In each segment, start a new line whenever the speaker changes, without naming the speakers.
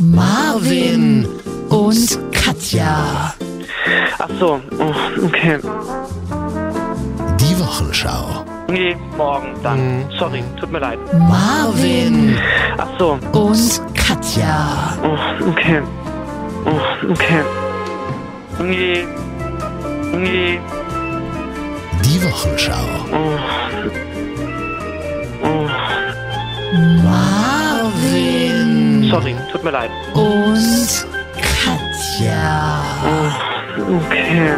Marvin und Katja.
Ach so, oh, okay.
Die Wochenschau.
Nee, morgen dann. Sorry, tut mir leid.
Marvin
Mhm. Ach so,
und Katja.
oh, okay. Oh, okay. Nee, nee,
Die Wochenschau.
Oh.
Marvin
sorry, tut mir leid.
und Katja.
Okay.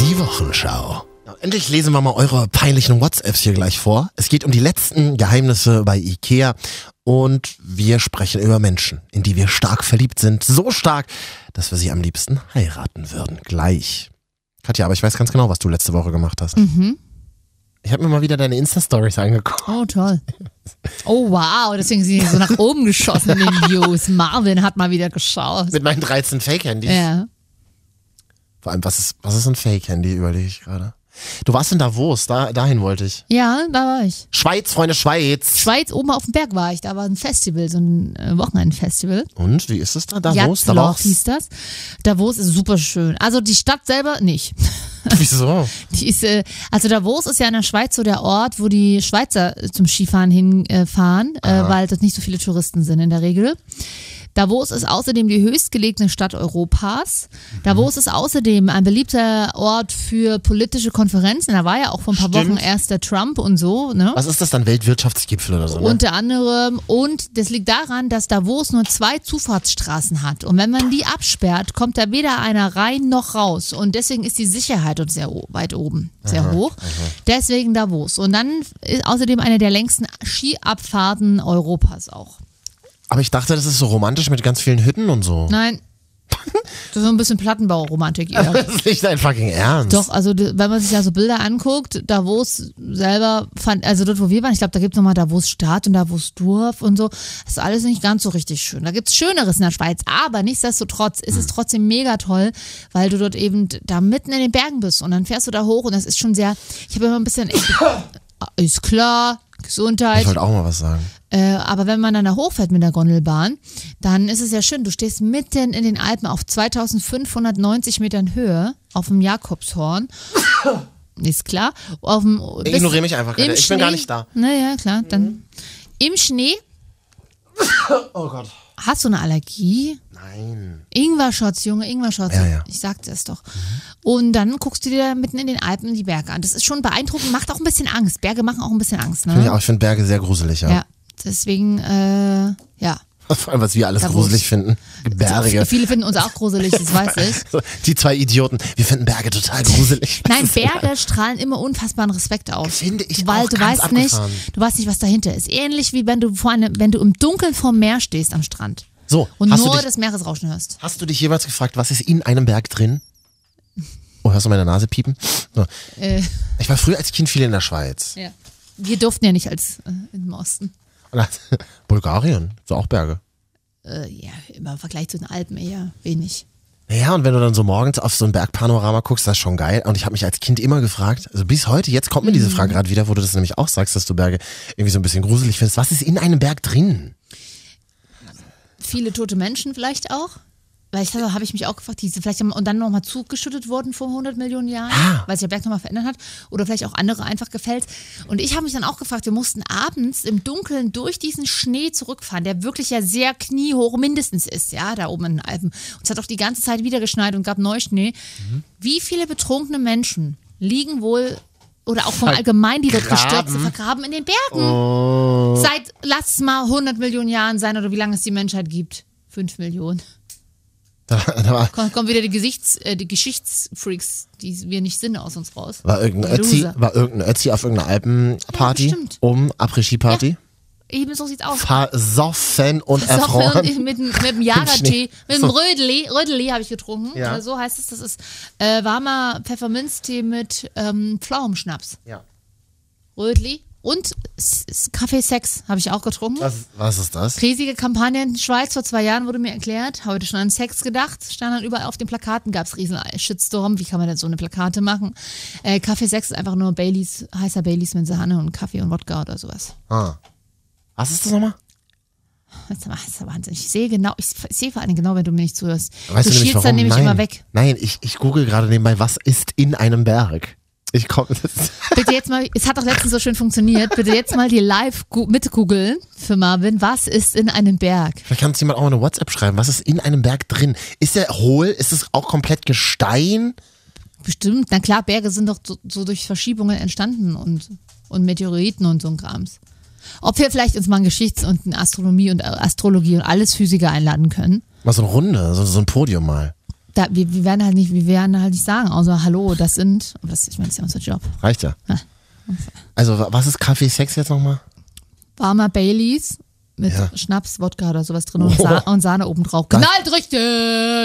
Die Wochenschau. Genau, Endlich lesen wir mal eure peinlichen WhatsApps hier gleich vor. Es geht um die letzten Geheimnisse bei IKEA und wir sprechen über Menschen, in die wir stark verliebt sind. So stark, dass wir sie am liebsten heiraten würden. Gleich. Katja, aber ich weiß ganz genau, was du letzte Woche gemacht hast.
Mhm.
Ich habe mir mal wieder deine Insta-Stories angeguckt.
Oh, toll. Oh, wow. Deswegen sind die so nach oben geschossen in den Views. Marvin hat mal wieder geschaut.
Mit meinen 13 Fake-Handys.
Ja.
Vor allem, was ist, was ist ein Fake-Handy, überlege ich gerade. Du warst in Davos, da, dahin wollte ich.
ja, da war ich.
Schweiz, Freunde, Schweiz.
Schweiz, oben auf dem Berg war ich. Da war ein Festival, so ein äh, Wochenendfestival.
Und, wie ist es da? Davos? Da
Jatzloch
war's.
hieß das. Davos ist super schön. Also die Stadt selber nicht.
Wieso?
Die ist, äh, also Davos ist ja in der Schweiz so der Ort, wo die Schweizer äh, zum Skifahren hinfahren, äh, weil dort nicht so viele Touristen sind in der Regel. Davos ist außerdem die höchstgelegene Stadt Europas. Davos ist außerdem ein beliebter Ort für politische Konferenzen. Da war ja auch vor ein paar
Stimmt.
Wochen erst der Trump und so. Ne?
Was ist das dann? Weltwirtschaftsgipfel oder so? Ne?
Unter anderem. Und das liegt daran, dass Davos nur zwei Zufahrtsstraßen hat. Und wenn man die absperrt, kommt da weder einer rein noch raus. Und deswegen ist die Sicherheit dort sehr o- weit oben, sehr hoch. Deswegen Davos. Und dann ist außerdem eine der längsten Skiabfahrten Europas auch.
Aber ich dachte, das ist so romantisch mit ganz vielen Hütten und so.
Nein. Das ist so ein bisschen Plattenbauromantik eher.
Das ist nicht dein fucking Ernst.
Doch, also d- wenn man sich da so Bilder anguckt, Davos selber fand, also dort, wo wir waren, ich glaube, da gibt's nochmal Davos Stadt und Davos Dorf und so. Das ist alles nicht ganz so richtig schön. Da gibt's Schöneres in der Schweiz, aber nichtsdestotrotz ist es trotzdem mega toll, weil du dort eben d- da mitten in den Bergen bist und dann fährst du da hoch und das ist schon sehr, ich habe immer ein bisschen, Ah, ist klar,
Ich
Gesundheit,
wollte auch mal was sagen.
äh, aber wenn man dann da hochfährt mit der Gondelbahn, dann ist es ja schön. Du stehst mitten in den Alpen auf 2590 Metern Höhe auf dem Jakobshorn. Ist klar. Auf dem, bist
Ignoriere mich einfach,
im
Katja. Ich bin gar
Schnee.
nicht da. Mhm.
Naja, klar. Dann im Schnee.
Oh Gott.
Hast du eine Allergie?
Nein.
Ingwer-Shots, Junge, Ingwer-Shots.
Ja, ja.
Ich sagte es doch. Und dann guckst du dir da mitten in den Alpen die Berge an. Das ist schon beeindruckend, macht auch ein bisschen Angst. Berge machen auch ein bisschen Angst, ne?
Ja, aber ich finde Berge sehr gruselig, ja.
ja. Deswegen, äh, ja.
Vor allem, was wir alles
Davos.
gruselig finden. Berge.
Viele finden uns auch gruselig, das weiß ich.
So, Die zwei Idioten. Wir finden Berge total gruselig.
Nein,
Das ist egal.
Berge strahlen immer unfassbaren Respekt aus.
Finde ich
Weil
auch
du
ganz
weißt nicht,
abgefahren.
du weißt nicht, was dahinter ist. Ähnlich wie wenn du vor einem, wenn du im Dunkeln vorm Meer stehst am Strand.
So,
Und
hast du
nur
dich-
das Meeresrauschen hörst.
Hast du dich jeweils gefragt, was ist in einem Berg drin? Oh, hörst du meine Nase piepen? So.
Äh,
Ich war früher als Kind viel in der Schweiz.
ja. Wir durften ja nicht als äh, im Osten.
Und dann- Bulgarien, so auch Berge.
Äh, ja, im Vergleich zu den Alpen eher wenig.
Ja, und wenn du dann so morgens auf so ein Bergpanorama guckst, das ist schon geil. Und ich habe mich als Kind immer gefragt, also bis heute, jetzt kommt mir diese Frage gerade wieder, wo du das nämlich auch sagst, dass du Berge irgendwie so ein bisschen gruselig findest. Was ist in einem Berg drin?
Viele tote Menschen vielleicht auch. Weil ich habe ich mich auch gefragt, die sind vielleicht am- und dann nochmal zugeschüttet worden vor 100 Millionen Jahren, weil sich der Berg nochmal verändert hat. Oder vielleicht auch andere einfach gefällt. Und ich habe mich dann auch gefragt, wir mussten abends im Dunkeln durch diesen Schnee zurückfahren, der wirklich ja sehr kniehoch mindestens ist, ja, da oben in den Alpen. Und es hat auch die ganze Zeit wieder geschneit und gab Neuschnee. Wie viele betrunkene Menschen liegen wohl oder auch vom Allgemeinen, die dort gestürzt sind, vergraben in den Bergen? Seit, lass es mal 100 Millionen Jahren sein oder wie lange es die Menschheit gibt. 5 Millionen.
Da, da war,
Komm- Kommen wieder die, Gesichts, äh, die Geschichtsfreaks, die wir nicht sind, aus uns raus.
war, irgendein
Die
Ötzi,
Loser.
war irgendein Ötzi auf irgendeiner Alpenparty
bestimmt.
um Après-Ski-Party.
Eben so sieht's aus.
Versoffen und
Socken
erfroren.
mit, mit, mit dem Jagertee,
Schnee.
mit dem Rödeli, Rödeli habe ich getrunken.
Ja.
Oder so heißt es. Das ist äh, warmer Pfefferminztee mit ähm, Pflaumenschnaps.
Ja.
Rödeli und S S Kaffee Sex habe ich auch getrunken.
Was, was ist das?
Riesige Kampagne in der Schweiz vor zwei Jahren wurde mir erklärt. Heute schon an Sex gedacht. Stand dann überall auf den Plakaten, gab es riesen Shitstorm. Wie kann man denn so eine Plakate machen? Äh, Kaffee 6 ist einfach nur Baileys, heißer Baileys mit Sahne und Kaffee und Wodka oder sowas.
Ah. Was ist das nochmal?
Das ist ja Wahnsinn. Ich sehe genau, ich sehe vor allem genau, wenn du mir nicht zuhörst.
Weißt
du
du nämlich
schielst
warum?
dann nämlich
Nein.
immer weg.
Nein, ich, ich google gerade nebenbei, was ist in einem Berg? Ich komme. das-
Bitte jetzt mal, es hat doch letztens so schön funktioniert, bitte jetzt mal die live mitte googeln für Marvin. Was ist in einem Berg?
Vielleicht kann uns jemand auch mal eine WhatsApp schreiben. Was ist in einem Berg drin? Ist der hohl? Ist es auch komplett Gestein?
Bestimmt, na klar, Berge sind doch so, so durch Verschiebungen entstanden und, und Meteoriten und so ein Krams. Ob wir vielleicht uns mal einen Geschichts- und einen Astronomie und äh, Astrologie und alles Physiker einladen können.
Mal so eine Runde, so, so ein Podium mal.
Da, wir, wir werden halt nicht, wir werden halt nicht sagen, außer hallo, das sind, was, ich meine, das ist ja unser Job.
Reicht ja. Also, wa- was ist Kaffee Sex jetzt nochmal?
Warmer Baileys mit
Ja. Oh.
Schnaps, Wodka oder sowas drin und, Sa und Sahne obendrauf. Knallt richtig!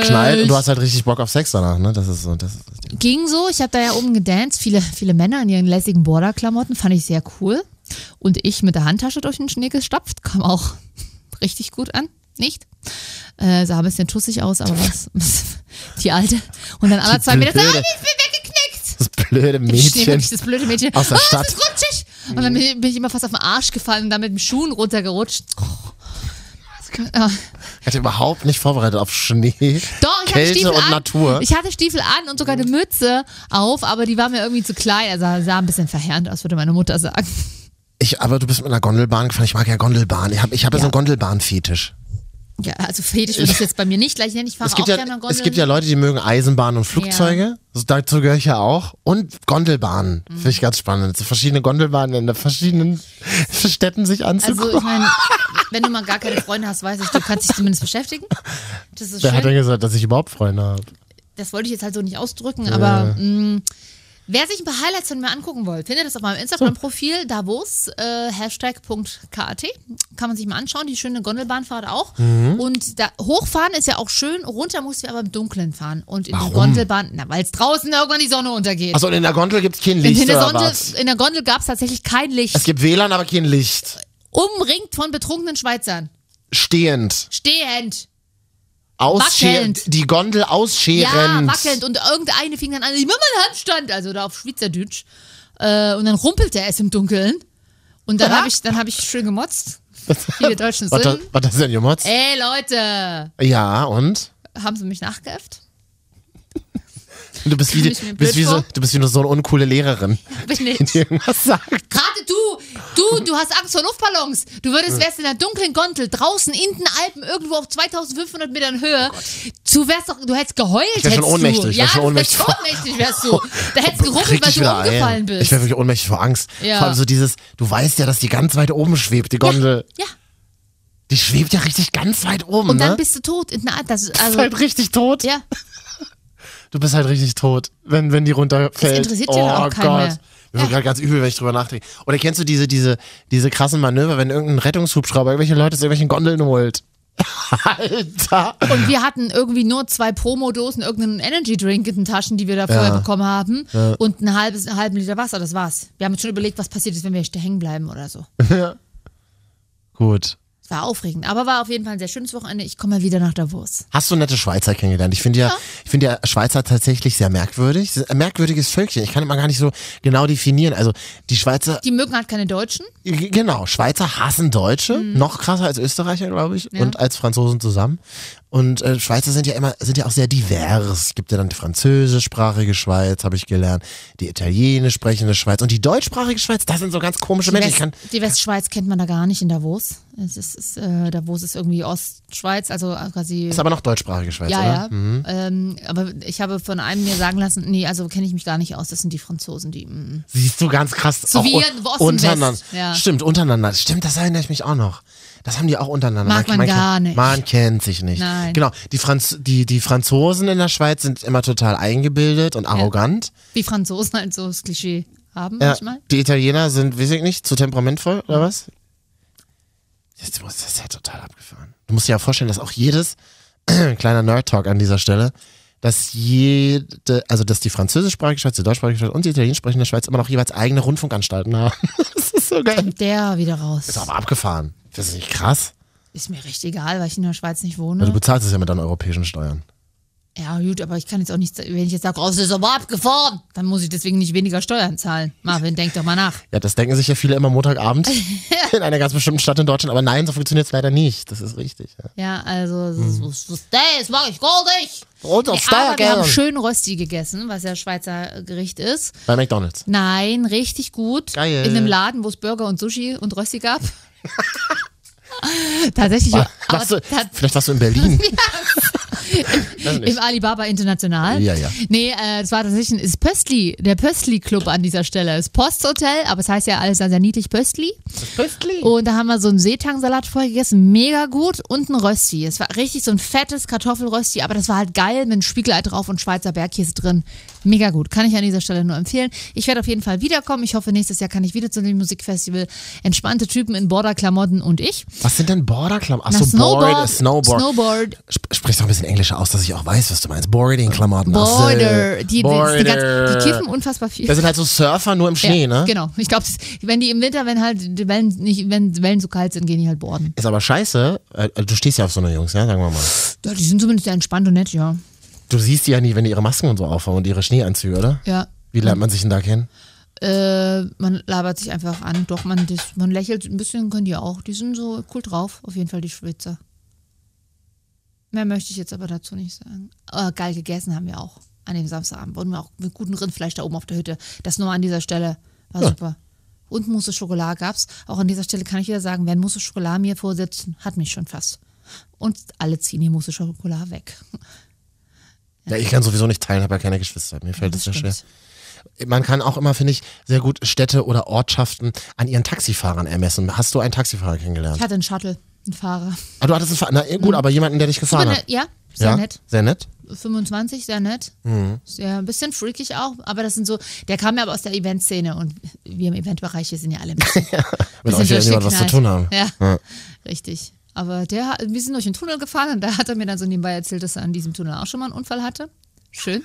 Knallt und du hast halt richtig Bock auf Sex danach, ne? Das ist so. Das ist,
Ging so, ich habe da ja oben gedanced, viele, viele Männer in ihren lässigen Border-Klamotten, fand ich sehr cool. Und ich mit der Handtasche durch den Schnee gestapft, kam auch richtig gut an, nicht? Äh, sah ein bisschen tussig aus, aber was, die alte. Und dann alle zwei Meter, ah, ich bin
blöde.
weggeknickt!
das blöde
Im Schnee
Mädchen.
wirklich das blöde Mädchen.
Aus der
oh,
Stadt.
es ist rutschig! Und dann bin ich immer fast auf den Arsch gefallen und dann mit dem Schuhen runtergerutscht. Oh.
Hat überhaupt nicht vorbereitet auf Schnee,
Doch, ich hatte
Kälte
Stiefel
und
an.
Natur.
Ich hatte Stiefel an und sogar eine Mütze auf, aber die war mir irgendwie zu klein. Also sah- sah ein bisschen verheerend aus, würde meine Mutter sagen.
Ich, aber du bist mit einer Gondelbahn gefahren. Ich mag ja Gondelbahn. Ich habe ich hab ja. so einen Gondelbahn-Fetisch.
Ja, also fetisch würde ich jetzt bei mir nicht gleich nennen. Ich fahre
Es
auch
gibt, ja,
gerne Gondel.
es gibt ja Leute, die mögen Eisenbahnen und Flugzeuge. So, dazu gehöre ich ja auch. Und Gondelbahnen.
Mhm.
Finde ich ganz spannend. So verschiedene Gondelbahnen in verschiedenen Städten sich anzugucken.
also ich meine, wenn du mal gar keine Freunde hast, weiß ich, du kannst dich zumindest beschäftigen. Das ist
Wer hat
schön.
denn gesagt, dass ich überhaupt Freunde habe?
Das wollte ich jetzt halt so nicht ausdrücken, aber mh, wer sich ein paar Highlights von mir angucken will, findet das auf meinem Instagram-Profil davos, äh, hashtag.kat. Kann man sich mal anschauen, die schöne Gondelbahnfahrt auch.
Mhm.
Und da, hochfahren ist ja auch schön, runter musst du aber im Dunkeln fahren. Und in der Gondelbahn, na, weil es draußen irgendwann die Sonne untergeht.
Achso, und in der Gondel gibt es kein
in,
Licht.
in der
oder
Sonne,
was?
in der Gondel gab es tatsächlich kein
Es
Licht.
gibt WLAN, aber kein Licht.
Umringt von betrunkenen Schweizern.
Stehend.
Stehend.
Ausscheren.
Wackelnd.
Die Gondel ausscherend.
Ja, wackelnd. Und irgendeine fing dann an, ich mach mal einen Handstand, also da auf Schweizerdeutsch. Äh, und dann rumpelte er es im Dunkeln. Und dann habe ich, dann hab ich schön gemotzt. Wie wir Deutschen
Was das,
sind.
was das denn, Jumotz?
Ey, Leute,
Ja, und?
haben sie mich nachgeäfft?
Du bist wie,
Komm
die,
ich mir
bist
blöd
wie, so,
vor?
du bist wie nur so eine uncoole Lehrerin,
Bin ich
die
nicht.
irgendwas sagt.
Gerade du, du, du hast Angst vor Luftballons. Du würdest, wärst in der dunklen Gondel draußen in den Alpen irgendwo auf 2500 Metern Höhe. du wärst doch, du hättest geheult.
Oh Ich wär schon
hättest
ohnmächtig,
Du.
ich
Ja,
wär schon
du wärst
ohnmächtig vor-
ohnmächtig, wärst du. Da hättest du gerumpelt,
Krieg
weil
dich
du
wieder
umgefallen
ein.
bist.
Ich wäre wirklich ohnmächtig vor Angst.
Ja.
Vor allem so dieses, du weißt ja, dass die ganz weit oben schwebt, die Gondel.
ja.
Die schwebt ja richtig ganz weit oben,
Und
ne?
dann bist du tot. In, na, das,
du bist
also,
halt richtig tot.
ja.
Du bist halt richtig tot, wenn, wenn die runterfällt.
Das interessiert
oh,
ja auch keinen
Gott.
mehr.
Mir wird gerade ganz übel, wenn ich drüber nachdenke. Oder kennst du diese, diese, diese krassen Manöver, wenn irgendein Rettungshubschrauber irgendwelche Leute aus irgendwelchen Gondeln holt? Alter!
Und wir hatten irgendwie nur zwei Promodosen, irgendeinen Energy Drink in den Taschen, die wir da vorher bekommen haben und ein halbes, einen halben Liter Wasser, das war's. Wir haben uns schon überlegt, was passiert ist, wenn wir hier hängen bleiben oder so.
Gut.
Es war aufregend, aber war auf jeden Fall ein sehr schönes Wochenende. Ich komme mal wieder nach Davos.
Hast du nette Schweizer kennengelernt? Ich finde ja, ich finde ja Schweizer tatsächlich sehr merkwürdig. Sie sind Ein merkwürdiges Völkchen. Ich kann immer gar nicht so genau definieren. Also die Schweizer,
Die mögen halt keine Deutschen.
g- genau, Schweizer hassen Deutsche
Mhm.
noch krasser als Österreicher, glaube ich, und als Franzosen zusammen. Und äh, Schweizer sind ja immer, sind ja auch sehr divers. Es gibt ja dann die französischsprachige Schweiz, habe ich gelernt, die italienisch sprechende Schweiz und die deutschsprachige Schweiz. Das sind so ganz komische Menschen. Ich kann,
West, die Westschweiz kennt man da gar nicht in Davos. Es ist, es ist, äh, Davos ist irgendwie Ostschweiz, also quasi.
ist aber noch deutschsprachige Schweiz,
Ja,
oder? Mhm.
ja. Ähm, aber ich habe von einem mir sagen lassen, nee, also kenne ich mich gar nicht aus. Das sind die Franzosen, die. mm.
Siehst du ganz krass.
So wie
un-
in Ost und
untereinander.
West, ja.
Stimmt, untereinander. Stimmt, das erinnere ich mich auch noch. Das haben die auch untereinander.
Mag man gar
kann-
nicht.
Man kennt sich nicht.
Nein.
Genau. Die, Franz die, die Franzosen in der Schweiz sind immer total eingebildet und arrogant.
Wie Franzosen halt so das Klischee haben
Ja,
manchmal.
die Italiener sind, weiß ich nicht, zu temperamentvoll oder was? Jetzt muss das ist ja total abgefahren. Du musst dir ja vorstellen, dass auch jedes, kleiner Nerd-Talk an dieser Stelle, dass jede, also dass die französischsprachige Schweiz, die deutschsprachige Schweiz und die italienisch sprechende Schweiz immer noch jeweils eigene Rundfunkanstalten haben. das ist so geil.
Der wieder raus.
Ist aber abgefahren. Das ist nicht krass.
Ist mir recht egal, weil ich in der Schweiz nicht
Weil du
wohne.
bezahlst es ja mit deinen europäischen Steuern.
Ja, gut, aber ich kann jetzt auch nicht, wenn ich jetzt sage, raus ist aber abgefahren, dann muss ich deswegen nicht weniger Steuern zahlen. Marvin, denk doch mal nach.
Ja, das denken sich ja viele immer Montagabend in einer ganz bestimmten Stadt in Deutschland. Aber nein, so funktioniert es leider nicht. Das ist richtig. Ja.
Ja, also, das, das, das mache ich gar nicht.
Hm. Und auf
Nee, aber wir haben
Steuergeld.
schön Rösti gegessen, was ja Schweizer Gericht ist.
Bei McDonalds.
Nein, richtig gut.
Geil.
In einem Laden, wo es Burger und Sushi und Rösti gab. Tatsächlich. aber
Ah, Warst du,
tats-
vielleicht warst du in Berlin.
Im Alibaba International.
Ja, ja.
Nee, äh, es war tatsächlich ein, ist Pöstli, der Pöstli-Club an dieser Stelle. Das Posthotel, aber es heißt ja alles sehr, sehr niedlich Pöstli.
Oh,
Und da haben wir so einen Seetangsalat vorher gegessen, mega gut und ein Rösti. Es war richtig so ein fettes Kartoffelrösti, aber das war halt geil mit einem Spiegelei drauf und Schweizer Bergkäse drin. Mega gut, kann ich an dieser Stelle nur empfehlen. Ich werde auf jeden Fall wiederkommen. Ich hoffe, nächstes Jahr kann ich wieder zu dem Musikfestival. Entspannte Typen in Borderklamotten und ich.
Was sind denn Borderklamotten? Ach
Na,
so, Board, Snowboard.
Snowboard,
Sp Sprich doch ein bisschen Englisch aus, dass ich auch weiß, was du meinst. Boarding-Klamotten. Ach so.
Border. Die, die, Die,
Border.
ganz, die kiffen unfassbar viel.
Das sind halt so Surfer nur im Schnee,
ja,
ne?
Genau. Ich glaube, wenn die im Winter, wenn halt die Wellen nicht, wenn die Wellen so kalt sind, gehen die halt boarden.
Ist aber scheiße. Äh, Du stehst ja auf so eine Jungs, ja, sagen wir mal.
Ja, die sind zumindest sehr entspannt und nett, ja.
Du siehst die ja nie, wenn die ihre Masken und so aufhaben und ihre Schneeanzüge, oder?
Ja.
Wie lernt man sich denn da kennen?
Äh, man labert sich einfach an. Doch, man, das, man lächelt ein bisschen, können die auch. Die sind so cool drauf, auf jeden Fall die Schwitzer. Mehr möchte ich jetzt aber dazu nicht sagen. Aber geil gegessen haben wir auch an dem Samstagabend. Wurden wir auch mit gutem Rindfleisch da oben auf der Hütte. Das nur an dieser Stelle. War super. Und Mousse Schokolade gab's. Auch an dieser Stelle kann ich wieder sagen, wenn Mousse Schokolade mir vorsitzen, hat mich schon fast. Und alle ziehen die Mousse Schokolade weg.
Ja, ich kann sowieso nicht teilen, habe ja keine Geschwister. Mir fällt das sehr schwer.
stimmt.
Man kann auch immer, finde ich, sehr gut Städte oder Ortschaften an ihren Taxifahrern ermessen. Hast du einen Taxifahrer kennengelernt?
Ich hatte einen Shuttle, einen Fahrer.
Ah, du hattest einen Fahrer. Na gut, aber jemanden, der dich gefahren
Super
hat.
nett, ja, sehr
ja?
nett.
ne- Sehr nett.
25, sehr nett.
Mhm.
Sehr, ein bisschen freakig auch, aber das sind so, der kam ja aber aus der Eventszene und wir im Eventbereich, wir sind ja alle ein bisschen,
Mit
bisschen
euch halt. ja niemand was zu
durchgeknallt.
tun haben.
Ja, richtig. Aber der, hat- wir sind durch den Tunnel gefahren und da hat er mir dann so nebenbei erzählt, dass er an diesem Tunnel auch schon mal einen Unfall hatte. Schön.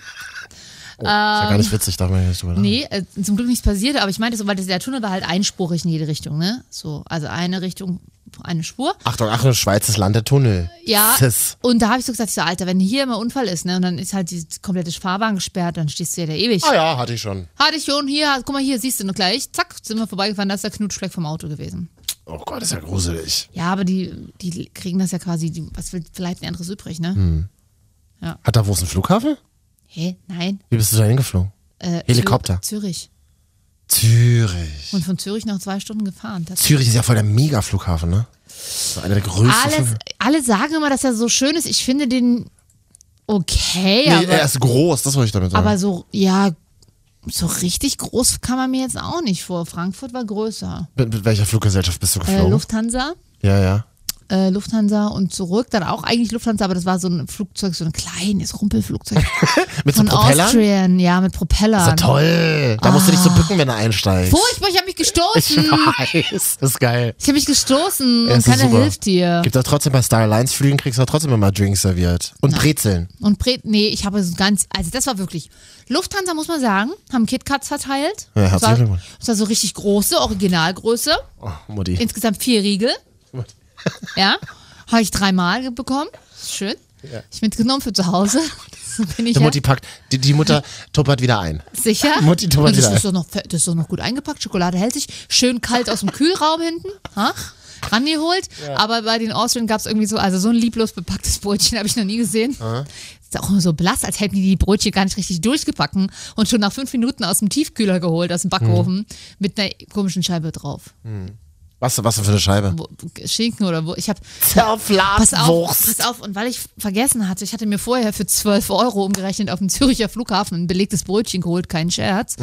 Oh, ist ja gar nicht witzig, darf man ja nicht drüber lachen.
Nee, äh, zum Glück nichts passiert, aber ich meinte so, weil das, der Tunnel war halt einspurig in jede Richtung, ne? So, also eine Richtung, eine Spur.
Achtung, Achtung, Schweiz, das Land der Tunnel.
Ja.
Sis.
Und da habe ich so gesagt, ich so, Alter, wenn hier immer Unfall ist, ne, und dann ist halt die komplette Fahrbahn gesperrt, dann stehst du ja da ewig.
Ah ja, hatte ich schon.
Hatte ich schon hier, guck mal hier, siehst du noch gleich, zack, sind wir vorbeigefahren, da ist der Knutschfleck vom Auto gewesen.
Oh Gott, ist ja gruselig.
Ja, aber die, die kriegen das ja quasi, die, was will vielleicht ein anderes übrig, ne?
Hm. Hat da wo ist ein Flughafen?
Hä? Nein.
Wie bist du da hingeflogen?
Äh,
Helikopter.
Zür Zürich.
Zürich.
Und von Zürich nach zwei Stunden gefahren. Das
Zürich ist ja voll der Mega-Flughafen, ne? So einer der größten.
alles,
Flughafen.
alle sagen immer, dass er so schön ist. Ich finde den okay,
Nee,
aber,
er ist groß, das wollte ich damit sagen.
aber so, ja, so richtig groß kam er mir jetzt auch nicht vor. Frankfurt war größer.
mit, mit welcher Fluggesellschaft bist du
Äh,
geflogen?
Lufthansa.
ja, ja.
äh, Lufthansa und zurück. Dann auch eigentlich Lufthansa, aber das war so ein Flugzeug, so ein kleines Rumpelflugzeug.
Mit so
Von
Propellern?
Austrian, ja, mit
Ist ja
Propellern.
toll. Da musst du dich so
Ah.
bücken, wenn du einsteigst.
Furchtbar, ich habe mich
Ich
gestoßen.
weiß, das ist geil.
Ich habe mich gestoßen
Ja,
und
es ist
keiner
super.
hilft dir.
Gibt auch trotzdem bei Star Alliance Flügen, kriegst du auch trotzdem immer Drinks serviert. Und Brezeln.
Und Pre nee, ich habe so ganz, also das war wirklich, Lufthansa muss man sagen, haben KitKats verteilt.
Ja,
das, war,
herzlichen Glückwunsch.
das war so richtig große, Originalgröße.
Oh, Mutti.
Insgesamt vier Riegel. Ja, habe ich dreimal bekommen. Schön. Ich mitgenommen für zu Hause. So bin ich
Die
ja.
Mutti packt, die, die Mutter tuppert wieder ein.
Sicher?
Mutti tut mir
Und das
leid.
ist, doch noch, das ist doch noch gut eingepackt. Schokolade hält sich. Schön kalt aus dem Kühlraum hinten. Ha? Rangeholt. Aber bei den Austrian gab es irgendwie so, also so ein lieblos bepacktes Brötchen habe ich noch nie gesehen. Ist auch immer so blass, als hätten die die Brötchen gar nicht richtig durchgebacken und schon nach fünf Minuten aus dem Tiefkühler geholt, aus dem Backofen,
Mhm.
mit einer komischen Scheibe drauf.
Was, was denn für eine Scheibe?
Wo- Schinken oder wo. Ich habe Pass auf,
Zerflatwurst.
pass auf. Und weil ich vergessen hatte, ich hatte mir vorher für 12 Euro umgerechnet auf dem Züricher Flughafen ein belegtes Brötchen geholt, kein Scherz.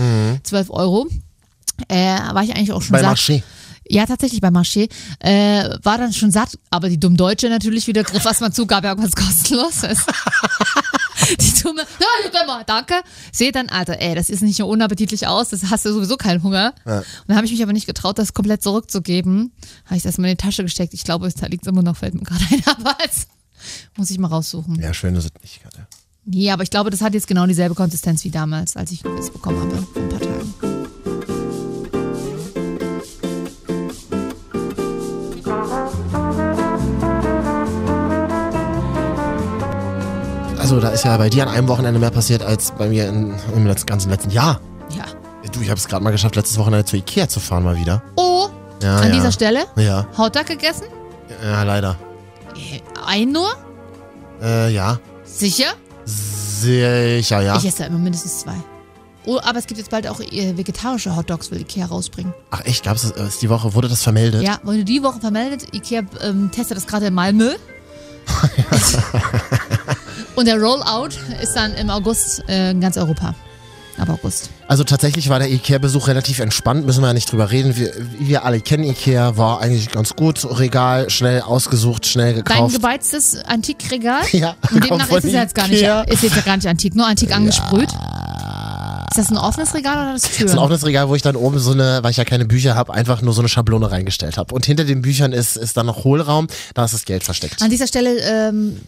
12 Euro. Äh, war ich eigentlich auch schon
Mhm. Bei
satt.
Marché.
Ja, tatsächlich bei Marché. Äh, war dann schon satt, aber die dumme Deutsche natürlich wieder griff erstmal zu, gab ja irgendwas kostenloses. die dumme, ja, gib mir mal, danke. Sehe dann, Alter, ey, das ist nicht nur unappetitlich aus, das hast du sowieso keinen Hunger. Und dann habe ich mich aber nicht getraut, das komplett zurückzugeben. Habe ich das mal in die Tasche gesteckt. Ich glaube, es liegt immer noch, fällt mir gerade ein, aber es muss ich mal raussuchen.
Ja, schön, dass es nicht gerade.
Nee, aber ich glaube, das hat jetzt genau dieselbe Konsistenz wie damals, als ich es bekommen habe, vor ein paar Tagen.
Also Also da ist ja bei dir an einem Wochenende mehr passiert als bei mir in, im letzten, ganzen letzten Jahr.
Ja.
Du, ich habe es gerade mal geschafft, letztes Wochenende zu Ikea zu fahren mal wieder.
Oh,
Ja,
an
ja.
dieser Stelle.
Ja,
Hautdach gegessen?
ja, leider.
Äh, Ein nur?
Äh, ja.
Sicher?
Sicher, ja.
Ich esse da immer mindestens zwei. Oh, aber es gibt jetzt bald auch äh, vegetarische Hotdogs, will Ikea rausbringen.
Ach echt, gab's das, äh, ist die Woche, wurde das vermeldet?
Ja, wurde die Woche vermeldet. Ikea ähm, testet das gerade in Malmö. Und der Rollout ist dann im August äh, in ganz Europa. Ab August.
Also tatsächlich war der Ikea-Besuch relativ entspannt, müssen wir ja nicht drüber reden. Wir, wir alle kennen Ikea, war eigentlich ganz gut. Regal, schnell ausgesucht, schnell
Dein
gekauft.
gebeiztes Antikregal.
Ja,
Und
kommt
demnach
von
ist es ja jetzt gar nicht,
Ikea.
ist jetzt ja gar nicht antik, nur antik angesprüht. Ist das ein offenes Regal oder das Tür?
Das ist ein offenes Regal, wo ich dann oben so eine, weil ich ja keine Bücher habe, einfach nur so eine Schablone reingestellt habe. Und hinter den Büchern ist, ist dann noch Hohlraum, da ist das Geld versteckt.
An dieser Stelle ähm,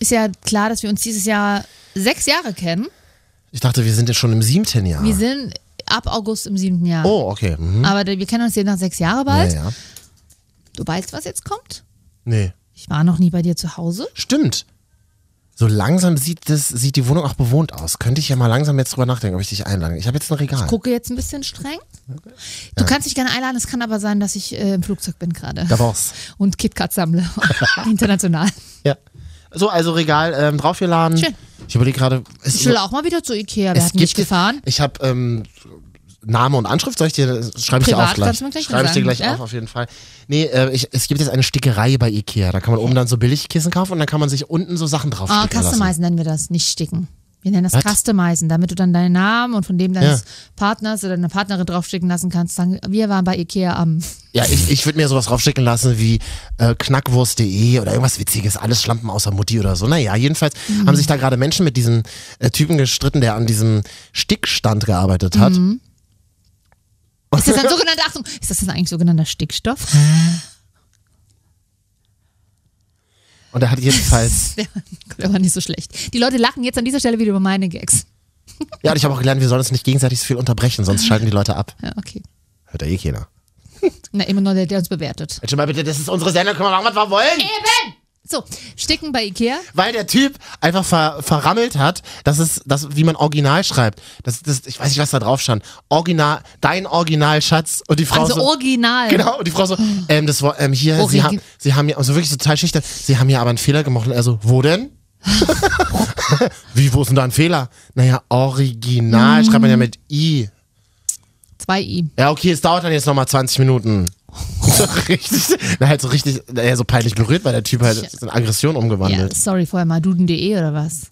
ist ja klar, dass wir uns dieses Jahr sechs Jahre kennen.
Ich dachte, wir sind jetzt schon im siebten Jahr.
Wir sind ab August im siebten Jahr.
oh, okay. Mhm.
Aber wir kennen uns jeden nach sechs Jahre bald.
Ja, ja.
Du weißt, was jetzt kommt?
Nee.
Ich war noch nie bei dir zu Hause.
Stimmt. So langsam sieht, das, sieht die Wohnung auch bewohnt aus. Könnte ich ja mal langsam jetzt drüber nachdenken, ob ich dich einlade. Ich habe jetzt ein Regal.
Gucke jetzt ein bisschen streng. Du kannst dich gerne einladen. Es kann aber sein, dass ich äh, im Flugzeug bin gerade.
Da brauchst
Und KitKat sammle. International.
Ja. So, also Regal ähm, draufgeladen.
Schön.
Ich überlege gerade. es-
Ich will auch mal wieder zu Ikea. Wir hatten nicht gefahren.
Ich habe ähm, Name und Anschrift, soll ich dir, schreibe ich dir
Privat
auch gleich.
kannst du mir gleich
Schreibe ich dir
sagen,
gleich
ja?
auf, auf jeden Fall. Nee, äh, ich, es gibt jetzt eine Stickerei bei Ikea. Da kann man oben dann so Billigkissen kaufen und dann kann man sich unten so Sachen drauf
Ah,
sticken lassen.
Customizen nennen wir das, nicht sticken. Wir nennen das
Was?
Customizen, damit du dann deinen Namen und von dem deines
Ja.
Partners oder deiner Partnerin draufsticken lassen kannst. Sagen, wir waren bei Ikea am.
Ja, ich, ich würde mir sowas draufschicken lassen wie äh, knackwurst.de oder irgendwas Witziges, alles Schlampen außer Mutti oder so. Naja, jedenfalls
Mhm.
haben sich da gerade Menschen mit diesem äh, Typen gestritten, der an diesem Stickstand gearbeitet hat.
Mhm. Ist das ein sogenannter, Achtung, ist das ein eigentlich sogenannter Stickstoff?
Und er hat halt jedenfalls
Der, der war nicht so schlecht. Die Leute lachen jetzt an dieser Stelle wieder über meine Gags.
Ja, und ich habe auch gelernt, wir sollen uns nicht gegenseitig so viel unterbrechen, sonst schalten die Leute ab.
Ja, okay.
Hört ja eh keiner.
Na, immer nur der, der uns bewertet.
Jetzt schon mal bitte, das ist unsere Sendung, können wir machen, was wir wollen.
So, Sticken bei Ikea.
Weil der Typ einfach ver verrammelt hat, dass es, dass, wie man Original schreibt. Das, das, ich weiß nicht, was da drauf stand. Original, dein Original, Schatz. Und die Frau
Also
so,
original.
Genau, und die Frau so, ähm, das war, ähm, hier,
Origi-
sie haben, sie haben ja, also wirklich total schüchtern, sie haben ja aber einen Fehler gemacht. Und er so, wo denn? wie, wo ist denn da ein Fehler? Naja, Original schreibt man ja mit I.
Zwei I.
Ja, okay, es dauert dann jetzt nochmal 20 Minuten. So richtig, na halt so richtig, naja, so peinlich berührt, weil der Typ halt ist in Aggression
Ja,
umgewandelt.
sorry, vorher mal duden.de oder was?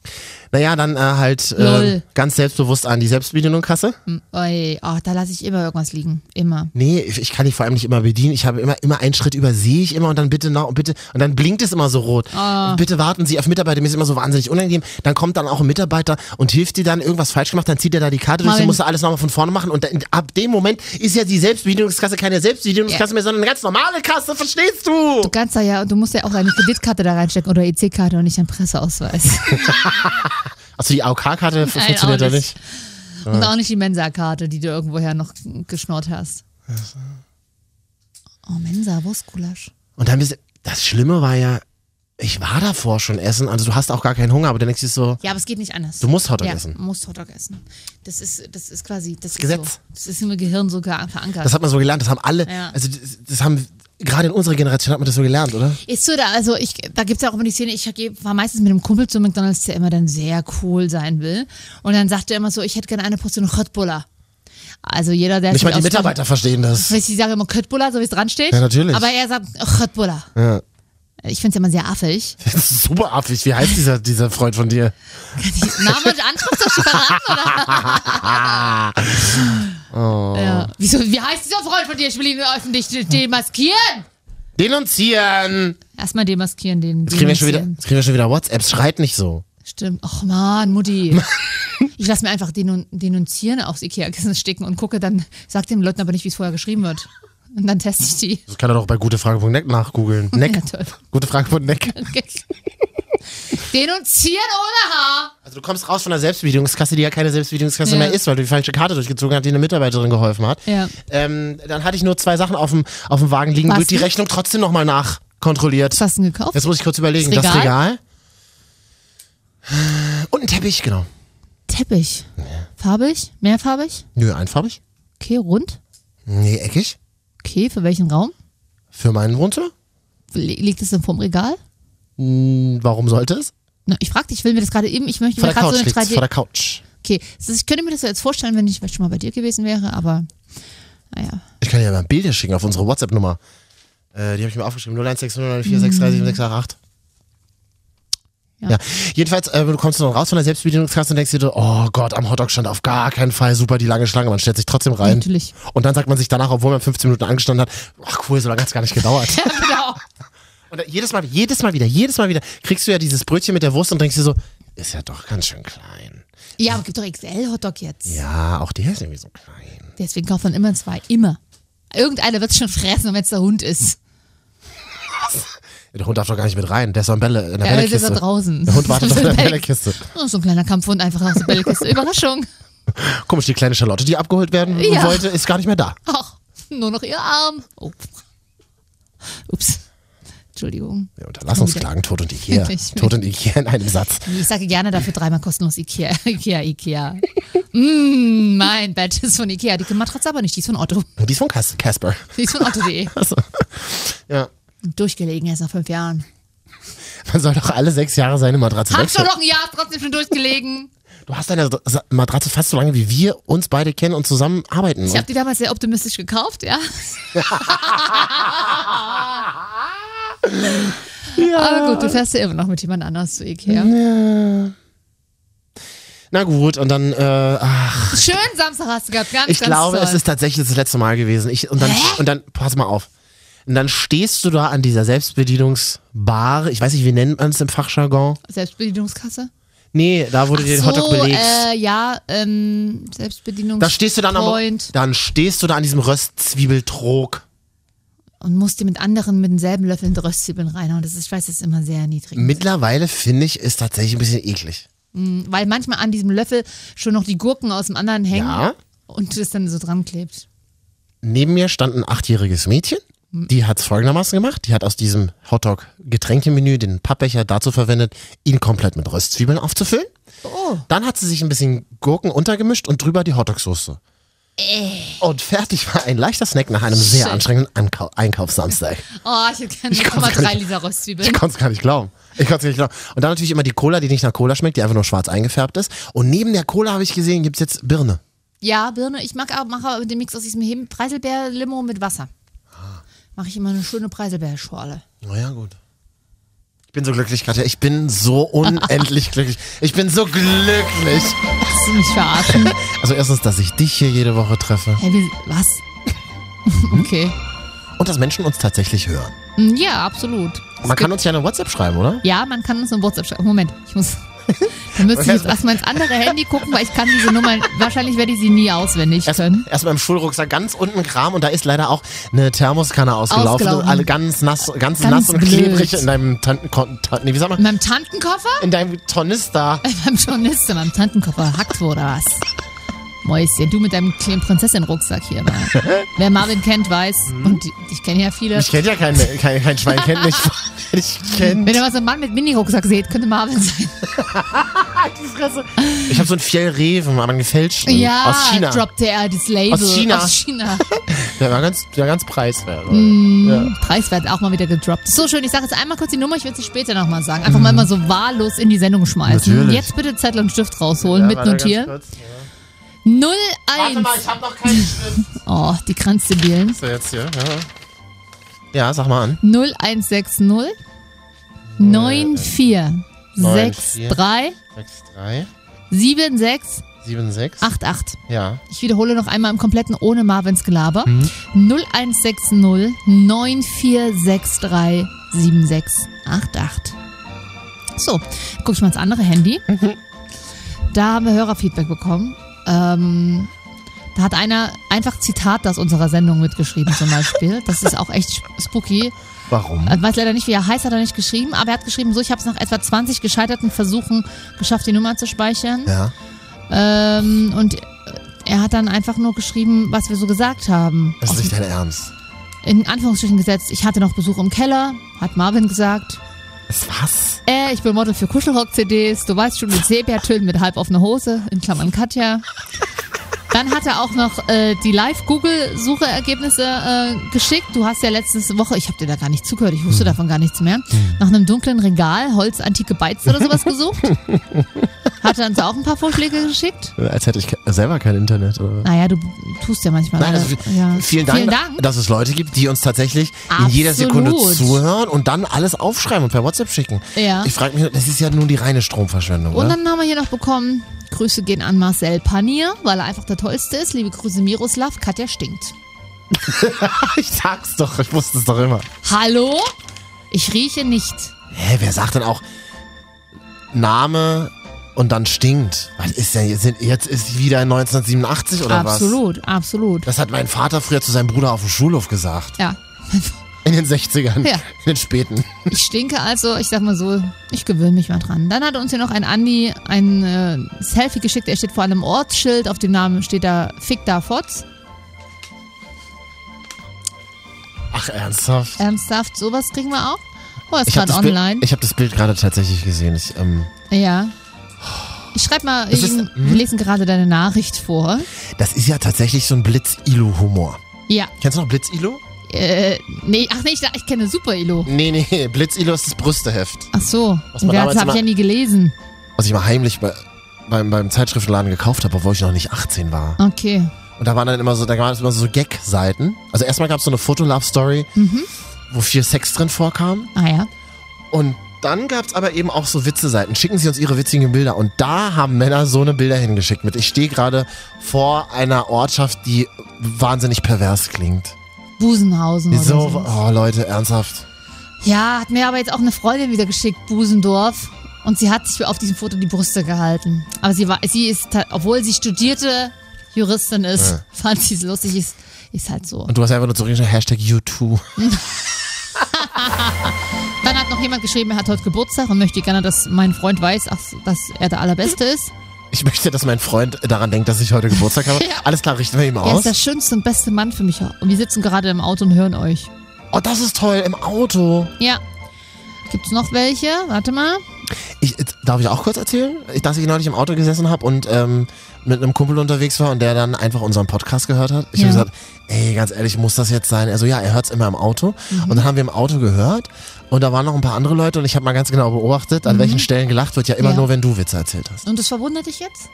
Naja, dann äh, halt äh,
Lol.
ganz selbstbewusst an die Selbstbedienungskasse.
Hm, Oi, oh, da lasse ich immer irgendwas liegen. Immer.
Nee, ich, ich kann die vor allem nicht immer bedienen. Ich habe immer, immer einen Schritt übersehe ich immer und dann bitte nach und bitte, und dann blinkt es immer so rot.
Ah.
Bitte warten Sie auf Mitarbeiter, mir ist immer so wahnsinnig unangenehm. Dann kommt dann auch ein Mitarbeiter und hilft dir dann irgendwas falsch gemacht, dann zieht er da die Karte durch,
Marvin.
dann musst du alles nochmal von vorne machen und dann, ab dem Moment ist ja die Selbstbedienungskasse keine Selbstbedienungskasse
Ja.
mehr, sondern eine ganz normale Kasse, verstehst du?
Du kannst da ja, du musst ja auch deine Kreditkarte da reinstecken oder EC-Karte und nicht einen Presseausweis.
Also die AOK-Karte
Nein,
funktioniert
auch
ja nicht.
nicht. Und auch nicht die Mensa-Karte, die du irgendwoher noch geschnort hast. Oh, Mensa, Wurstgulasch.
Und dann bist du, das Schlimme war ja, ich war davor schon essen, also du hast auch gar keinen Hunger, aber dann denkst du so,
Ja, aber es geht nicht anders.
du musst Hotdog
ja,
essen.
musst Hotdog essen. Das ist, das ist quasi, das, ist
Gesetz.
So. Das ist im Gehirn so ge- verankert.
Das hat man so gelernt, das haben alle,
Ja.
also das, das haben, gerade in unserer Generation hat man das so gelernt, oder?
Ist so, da, also ich, da gibt es ja auch immer die Szene, ich geh- war meistens mit einem Kumpel zu McDonalds, der immer dann sehr cool sein will. Und dann sagt er immer so, ich hätte gerne eine Portion Röttbulla. Also jeder, der
Nicht mal die
aus-
Mitarbeiter verstehen das.
Weißt du, ich sage immer Köttbullar, so wie es dran steht.
Ja, natürlich.
Aber er sagt Köttbullar.
Ja.
Ich finde es immer sehr affig.
Das ist super affig, wie heißt dieser, dieser Freund von dir?
Name und Anschrift soll ich die verraten, oder?
Oh.
Ja. Wieso, wie heißt dieser Freund von dir? Ich will ihn öffentlich de- demaskieren.
Denunzieren!
Erstmal demaskieren den.
Jetzt kriegen wir schon wieder,
denunzieren.
jetzt kriegen wir schon wieder WhatsApps, schreit nicht so.
Stimmt. Och man, Mutti. Ich lasse mir einfach denun denunzieren aufs Ikea-Kissen sticken und gucke dann, sag den Leuten aber nicht, wie es vorher geschrieben wird. Und dann teste ich die.
Das kann er doch bei gutefrage.net nachgoogeln. Neck.
Ja, toll.
Gutefrage.net.
denunzieren ohne Haar.
Also du kommst raus von der Selbstbedienungskasse, die ja keine Selbstbedienungskasse
Ja.
mehr ist, weil du die falsche Karte durchgezogen hast, die eine Mitarbeiterin geholfen hat.
Ja.
Ähm, dann hatte ich nur zwei Sachen auf dem, auf dem Wagen liegen,
Was?
wird die Rechnung trotzdem nochmal nachkontrolliert.
Was hast du denn gekauft?
Jetzt muss ich kurz überlegen.
Das
Das Regal? Und ein Teppich, genau.
Teppich. Farbig? Mehrfarbig?
Nö, einfarbig.
Okay, rund?
Nee, eckig.
Okay, für welchen Raum?
Für mein Wohnzimmer.
Li- Liegt es denn vorm Regal?
Hm, Warum sollte es?
Na, ich fragte, ich will mir das gerade eben, ich möchte
Vor
mir
der
gerade
Couch
so eine
liegt's,
3D.
vor der Couch.
okay, das ist, ich könnte mir das so jetzt vorstellen, wenn ich vielleicht schon mal bei dir gewesen wäre, aber naja.
Ich kann dir mal Bilder schicken auf unsere WhatsApp-Nummer. Äh, die habe ich mir aufgeschrieben. 01609463768. Ja.
Ja.
ja. Jedenfalls, äh, du kommst dann raus von der Selbstbedienungskasse und denkst dir, oh Gott, am Hotdog-Stand auf gar keinen Fall super die lange Schlange. Man stellt sich trotzdem rein.
Natürlich.
Und dann sagt man sich danach, obwohl man 15 Minuten angestanden hat, ach cool, so lange hat es gar nicht gedauert.
genau.
Und dann jedes Mal, jedes Mal wieder, jedes Mal wieder kriegst du ja dieses Brötchen mit der Wurst und denkst dir so, ist ja doch ganz schön klein.
Ja, aber gibt doch XL-Hotdog jetzt.
Ja, auch der ist irgendwie so klein.
Deswegen kauft man immer zwei. Immer. Irgendeiner wird es schon fressen, wenn es der Hund ist.
Der Hund darf doch gar nicht mit rein. Der ist doch in Bälle, in der
Ja, aber jetzt
Bällekiste.
ist er draußen.
Der Hund wartet auf der
Bälle-
Bällekiste.
Oh, so ein kleiner Kampfhund einfach aus der Bällekiste. Überraschung.
Komisch, die kleine Charlotte, die abgeholt werden
Ja.
wollte, ist gar nicht mehr da.
Ach, nur noch ihr Arm. Oh. Ups. Entschuldigung.
Wir Unterlassungsklagen, Tod und Ikea.
Ich-
Tod und Ikea in einem Satz.
Ich sage gerne dafür dreimal kostenlos Ikea, Ikea, Ikea. mm, mein Bett ist von Ikea. Die Matratze aber nicht, die ist von Otto.
Und die ist von Cas- Casper.
Die ist von Otto.de.
Also, ja.
Durchgelegen erst nach fünf Jahren.
Man soll doch alle sechs Jahre seine Matratze
Hab schon
wechseln.
noch ein Jahr, trotzdem schon durchgelegen.
Du hast deine Sa- Matratze fast so lange, wie wir uns beide kennen und zusammenarbeiten.
Ich habe die damals sehr optimistisch gekauft, ja. Aber gut, du fährst ja immer noch mit jemand anders zu Ikea.
Na gut, und dann, äh, ach,
Schön Samstag hast du gehabt, ganz,
ich
ganz
glaube,
toll.
es ist tatsächlich das letzte Mal gewesen. Ich, und dann, und dann, pass mal auf. Und dann stehst du da an dieser Selbstbedienungsbar. Ich weiß nicht, wie nennt man es im Fachjargon?
Selbstbedienungskasse?
Nee, da wurde dir den Hotdog belegst.
äh, ja, ähm, Selbstbedienungs
Da stehst du dann am,
Point
dann stehst du da an diesem Röstzwiebeltrog
und musst dir mit anderen mit denselben Löffeln die Röstzwiebeln reinhauen. Das ist, ich weiß, das ist immer sehr niedrig.
Mittlerweile finde ich, ist tatsächlich ein bisschen eklig.
Mhm, Weil manchmal an diesem Löffel schon noch die Gurken aus dem anderen hängen
Ja.
und das dann so dran klebt.
Neben mir stand ein achtjähriges Mädchen. Die hat es folgendermaßen gemacht. Die hat aus diesem Hotdog-Getränkemenü den Pappbecher dazu verwendet, ihn komplett mit Röstzwiebeln aufzufüllen.
Oh.
Dann hat sie sich ein bisschen Gurken untergemischt und drüber die Hotdog-Soße. Und fertig war ein leichter Snack nach einem sehr
Shit.
anstrengenden Ankau Einkaufssamstag.
Oh, ich hätte gerne
Ich kann's gar
0,3
nicht.
Liter Röstzwiebeln.
Ich konnte es gar nicht glauben. Ich konnte es nicht glauben. Und dann natürlich immer die Cola, die nicht nach Cola schmeckt, die einfach nur schwarz eingefärbt ist. Und neben der Cola habe ich gesehen, gibt es jetzt Birne.
Ja, Birne. Ich mag aber, mache aber den Mix aus diesem Heben- Preiselbeer-Limo mit Wasser. Mache ich immer eine schöne Preiselbeerschorle.
Naja, gut. Ich bin so glücklich, Katja. Ich bin so unendlich glücklich. Ich bin so glücklich.
Hast du mich verarschen?
Also erstens, dass ich dich hier jede Woche treffe
hey, wir, was? okay.
und dass Menschen uns tatsächlich hören.
Mm, Ja, absolut. Es
Man kann
gibt-
uns ja eine WhatsApp schreiben, oder?
ja, man kann uns eine WhatsApp schreiben. Moment, ich muss. Dann müsste ich jetzt erstmal ins andere Handy gucken, weil ich kann diese Nummer, wahrscheinlich werde ich sie nie auswendig können.
Erstmal im Schulrucksack ganz unten Kram und da ist leider auch eine Thermoskanne ausgelaufen.
Ausgelaufen.
Und alle ganz nass,
Ganz
ganz, nass und
blöd.
klebrig in deinem Tanten, Tanten, nee, wie sagt man?
In meinem Tantenkoffer?
In deinem Tornister.
Beim Journalist in meinem Tantenkoffer hackt wurde was. Mäuschen, du mit deinem kleinen Prinzessin-Rucksack hier. Mann. Wer Marvin kennt, weiß, und die- ich kenne ja viele,
Ich kenne ja kein, kein, kein Schwein, kennt mich. Ich kenne
Wenn ihr mal so einen Mann mit Mini-Rucksack seht, könnte Marvin sein.
die Fresse. Ich habe so einen Fjellreven, aber einen gefälschten.
Ja,
aus China.
droppte er das Label.
Aus China.
Aus China.
Der war ganz, der war ganz preiswert.
Mm,
Ja.
Preiswert auch mal wieder gedroppt. So schön, ich sage jetzt einmal kurz die Nummer, ich werde sie später nochmal sagen. Einfach mal immer so wahllos in die Sendung schmeißen.
Mhm. Natürlich.
Jetzt bitte Zettel und Stift rausholen,
Ja, warte ganz
mitnotieren.
kurz.
01.
Warte mal, ich habe noch keinen Schritt.
Oh, die Kranzdebilen.
So, jetzt hier. Ja. ja, sag mal an.
0160 9463
6, 3,
7688.
7, 6. Ja.
Ich wiederhole noch einmal im kompletten ohne Marvins Gelaber. 0160 9463 7688. So, guck ich mal ins andere Handy. Da haben wir Hörerfeedback bekommen. Ähm, da hat einer einfach Zitat aus unserer Sendung mitgeschrieben zum Beispiel. Das ist auch echt spooky.
Warum?
Äh, Weiß leider nicht, wie er heißt, hat er nicht geschrieben, aber er hat geschrieben, so, ich habe es nach etwa 20 gescheiterten Versuchen geschafft, die Nummer zu speichern.
Ja.
Ähm, und äh, er hat dann einfach nur geschrieben, was wir so gesagt haben.
Das ist nicht dein Ernst.
In Anführungsstrichen gesetzt, ich hatte noch Besuch im Keller, hat Marvin gesagt.
Ist was?
Äh, ich bin Model für Kuschelrock-CDs, du weißt schon, mit Sepiatönen mit halb offener Hose, in Klammern Katja. Dann hat er auch noch äh, die Live-Google-Suchergebnisse äh, geschickt. Du hast ja letzte Woche, ich habe dir da gar nicht zugehört, ich
Hm.
wusste davon gar nichts mehr, nach einem dunklen Regal, Holz, antike Beiz oder sowas gesucht. Hat er uns auch ein paar Vorschläge geschickt?
Äh, Als hätte ich ke- selber kein Internet. Oder?
Naja, du tust ja manchmal.
Nein,
äh,
also,
ja.
vielen, Dank,
Vielen Dank.
dass es Leute gibt, die uns tatsächlich in jeder Sekunde
Absolut.
zuhören und dann alles aufschreiben und per WhatsApp schicken.
Ja.
Ich frage mich, das ist ja nun die reine Stromverschwendung.
Und
Oder?
dann haben wir hier noch bekommen, Grüße gehen an Marcel Panier, weil er einfach der Tollste ist. Liebe Grüße Miroslav, Katja stinkt.
Ich sag's doch, ich wusste es doch immer.
Hallo? Ich rieche nicht.
Hä, wer sagt denn auch Name und dann stinkt? Was ist denn jetzt? Sind, jetzt ist wieder 1987 oder was?
absolut, absolut.
Das hat mein Vater früher zu seinem Bruder auf dem Schulhof gesagt.
Ja.
In den 60ern.
Ja.
In den späten.
Ich stinke also, ich sag mal so, ich gewöhne mich mal dran. Dann hat uns hier noch ein Andi ein äh, Selfie geschickt. Er steht vor einem Ortsschild, auf dem Namen steht da Fick da Fotz.
Ach, ernsthaft?
Ernsthaft, sowas kriegen wir auch. Oh, ist
Ich
gerade
habe das, Bild-
Äh, online.
ich hab das Bild gerade tatsächlich gesehen. Ich, ähm,
ja. Ich schreib mal,
Das ist- Mhm.
Jürgen, wir lesen gerade deine Nachricht vor.
das ist ja tatsächlich so ein Blitz-Ilo-Humor.
Ja.
Kennst du noch Blitz-Ilo?
Äh, nee, ach nee, ich, ich kenne Super Elo.
Nee, nee, Blitz-Ilo ist das Brüsteheft,
Ach so,
Was man damals
das habe ich
immer-
ja nie gelesen.
was ich mal heimlich bei, beim, beim Zeitschriftenladen gekauft habe, obwohl ich noch nicht 18 war.
Okay.
Und da waren dann immer so, da waren es immer so Gag-Seiten. Also erstmal gab es so eine Foto-Love-Story, wo viel Sex drin vorkam.
Ah ja.
Und dann gab es aber eben auch so Witze-Seiten. Schicken Sie uns Ihre witzigen Bilder. Und da haben Männer so eine Bilder hingeschickt mit. Ich stehe gerade vor einer Ortschaft, die wahnsinnig pervers klingt.
Busenhausen oder
So,
so.
oh Leute, ernsthaft.
Ja, hat mir aber jetzt auch eine Freundin wieder geschickt, Busendorf. Und sie hat sich auf diesem Foto die Brüste gehalten. Aber sie war, sie ist, ta- obwohl sie studierte Juristin ist,
Ja.
fand sie es lustig, ist, ist halt so.
Und du hast einfach nur zurückgeschrieben, Hashtag U2.
Dann hat noch jemand geschrieben, er hat heute Geburtstag und möchte gerne, dass mein Freund weiß, ach, dass er der Allerbeste ist.
Ich möchte, dass mein Freund daran denkt, dass ich heute Geburtstag habe.
Ja.
Alles klar, richten wir ihm
Er ist
aus.
der schönste und beste Mann für mich. Und wir sitzen gerade im Auto und hören euch.
Oh, das ist toll, im Auto.
Ja. Gibt's noch welche? Warte mal.
Ich, äh, darf ich auch kurz erzählen, Ich- dass ich neulich im Auto gesessen habe und ähm, mit einem Kumpel unterwegs war und der dann einfach unseren Podcast gehört hat? Ich
Ja.
habe gesagt, ey, ganz ehrlich, muss das jetzt sein? Also ja, er hört es immer im Auto.
Mhm.
Und dann haben wir im Auto gehört und da waren noch ein paar andere Leute und ich habe mal ganz genau beobachtet, an welchen Stellen gelacht wird. Ja, immer
Mhm. Ja.
nur, wenn du Witze erzählt hast.
Und das verwundert dich jetzt?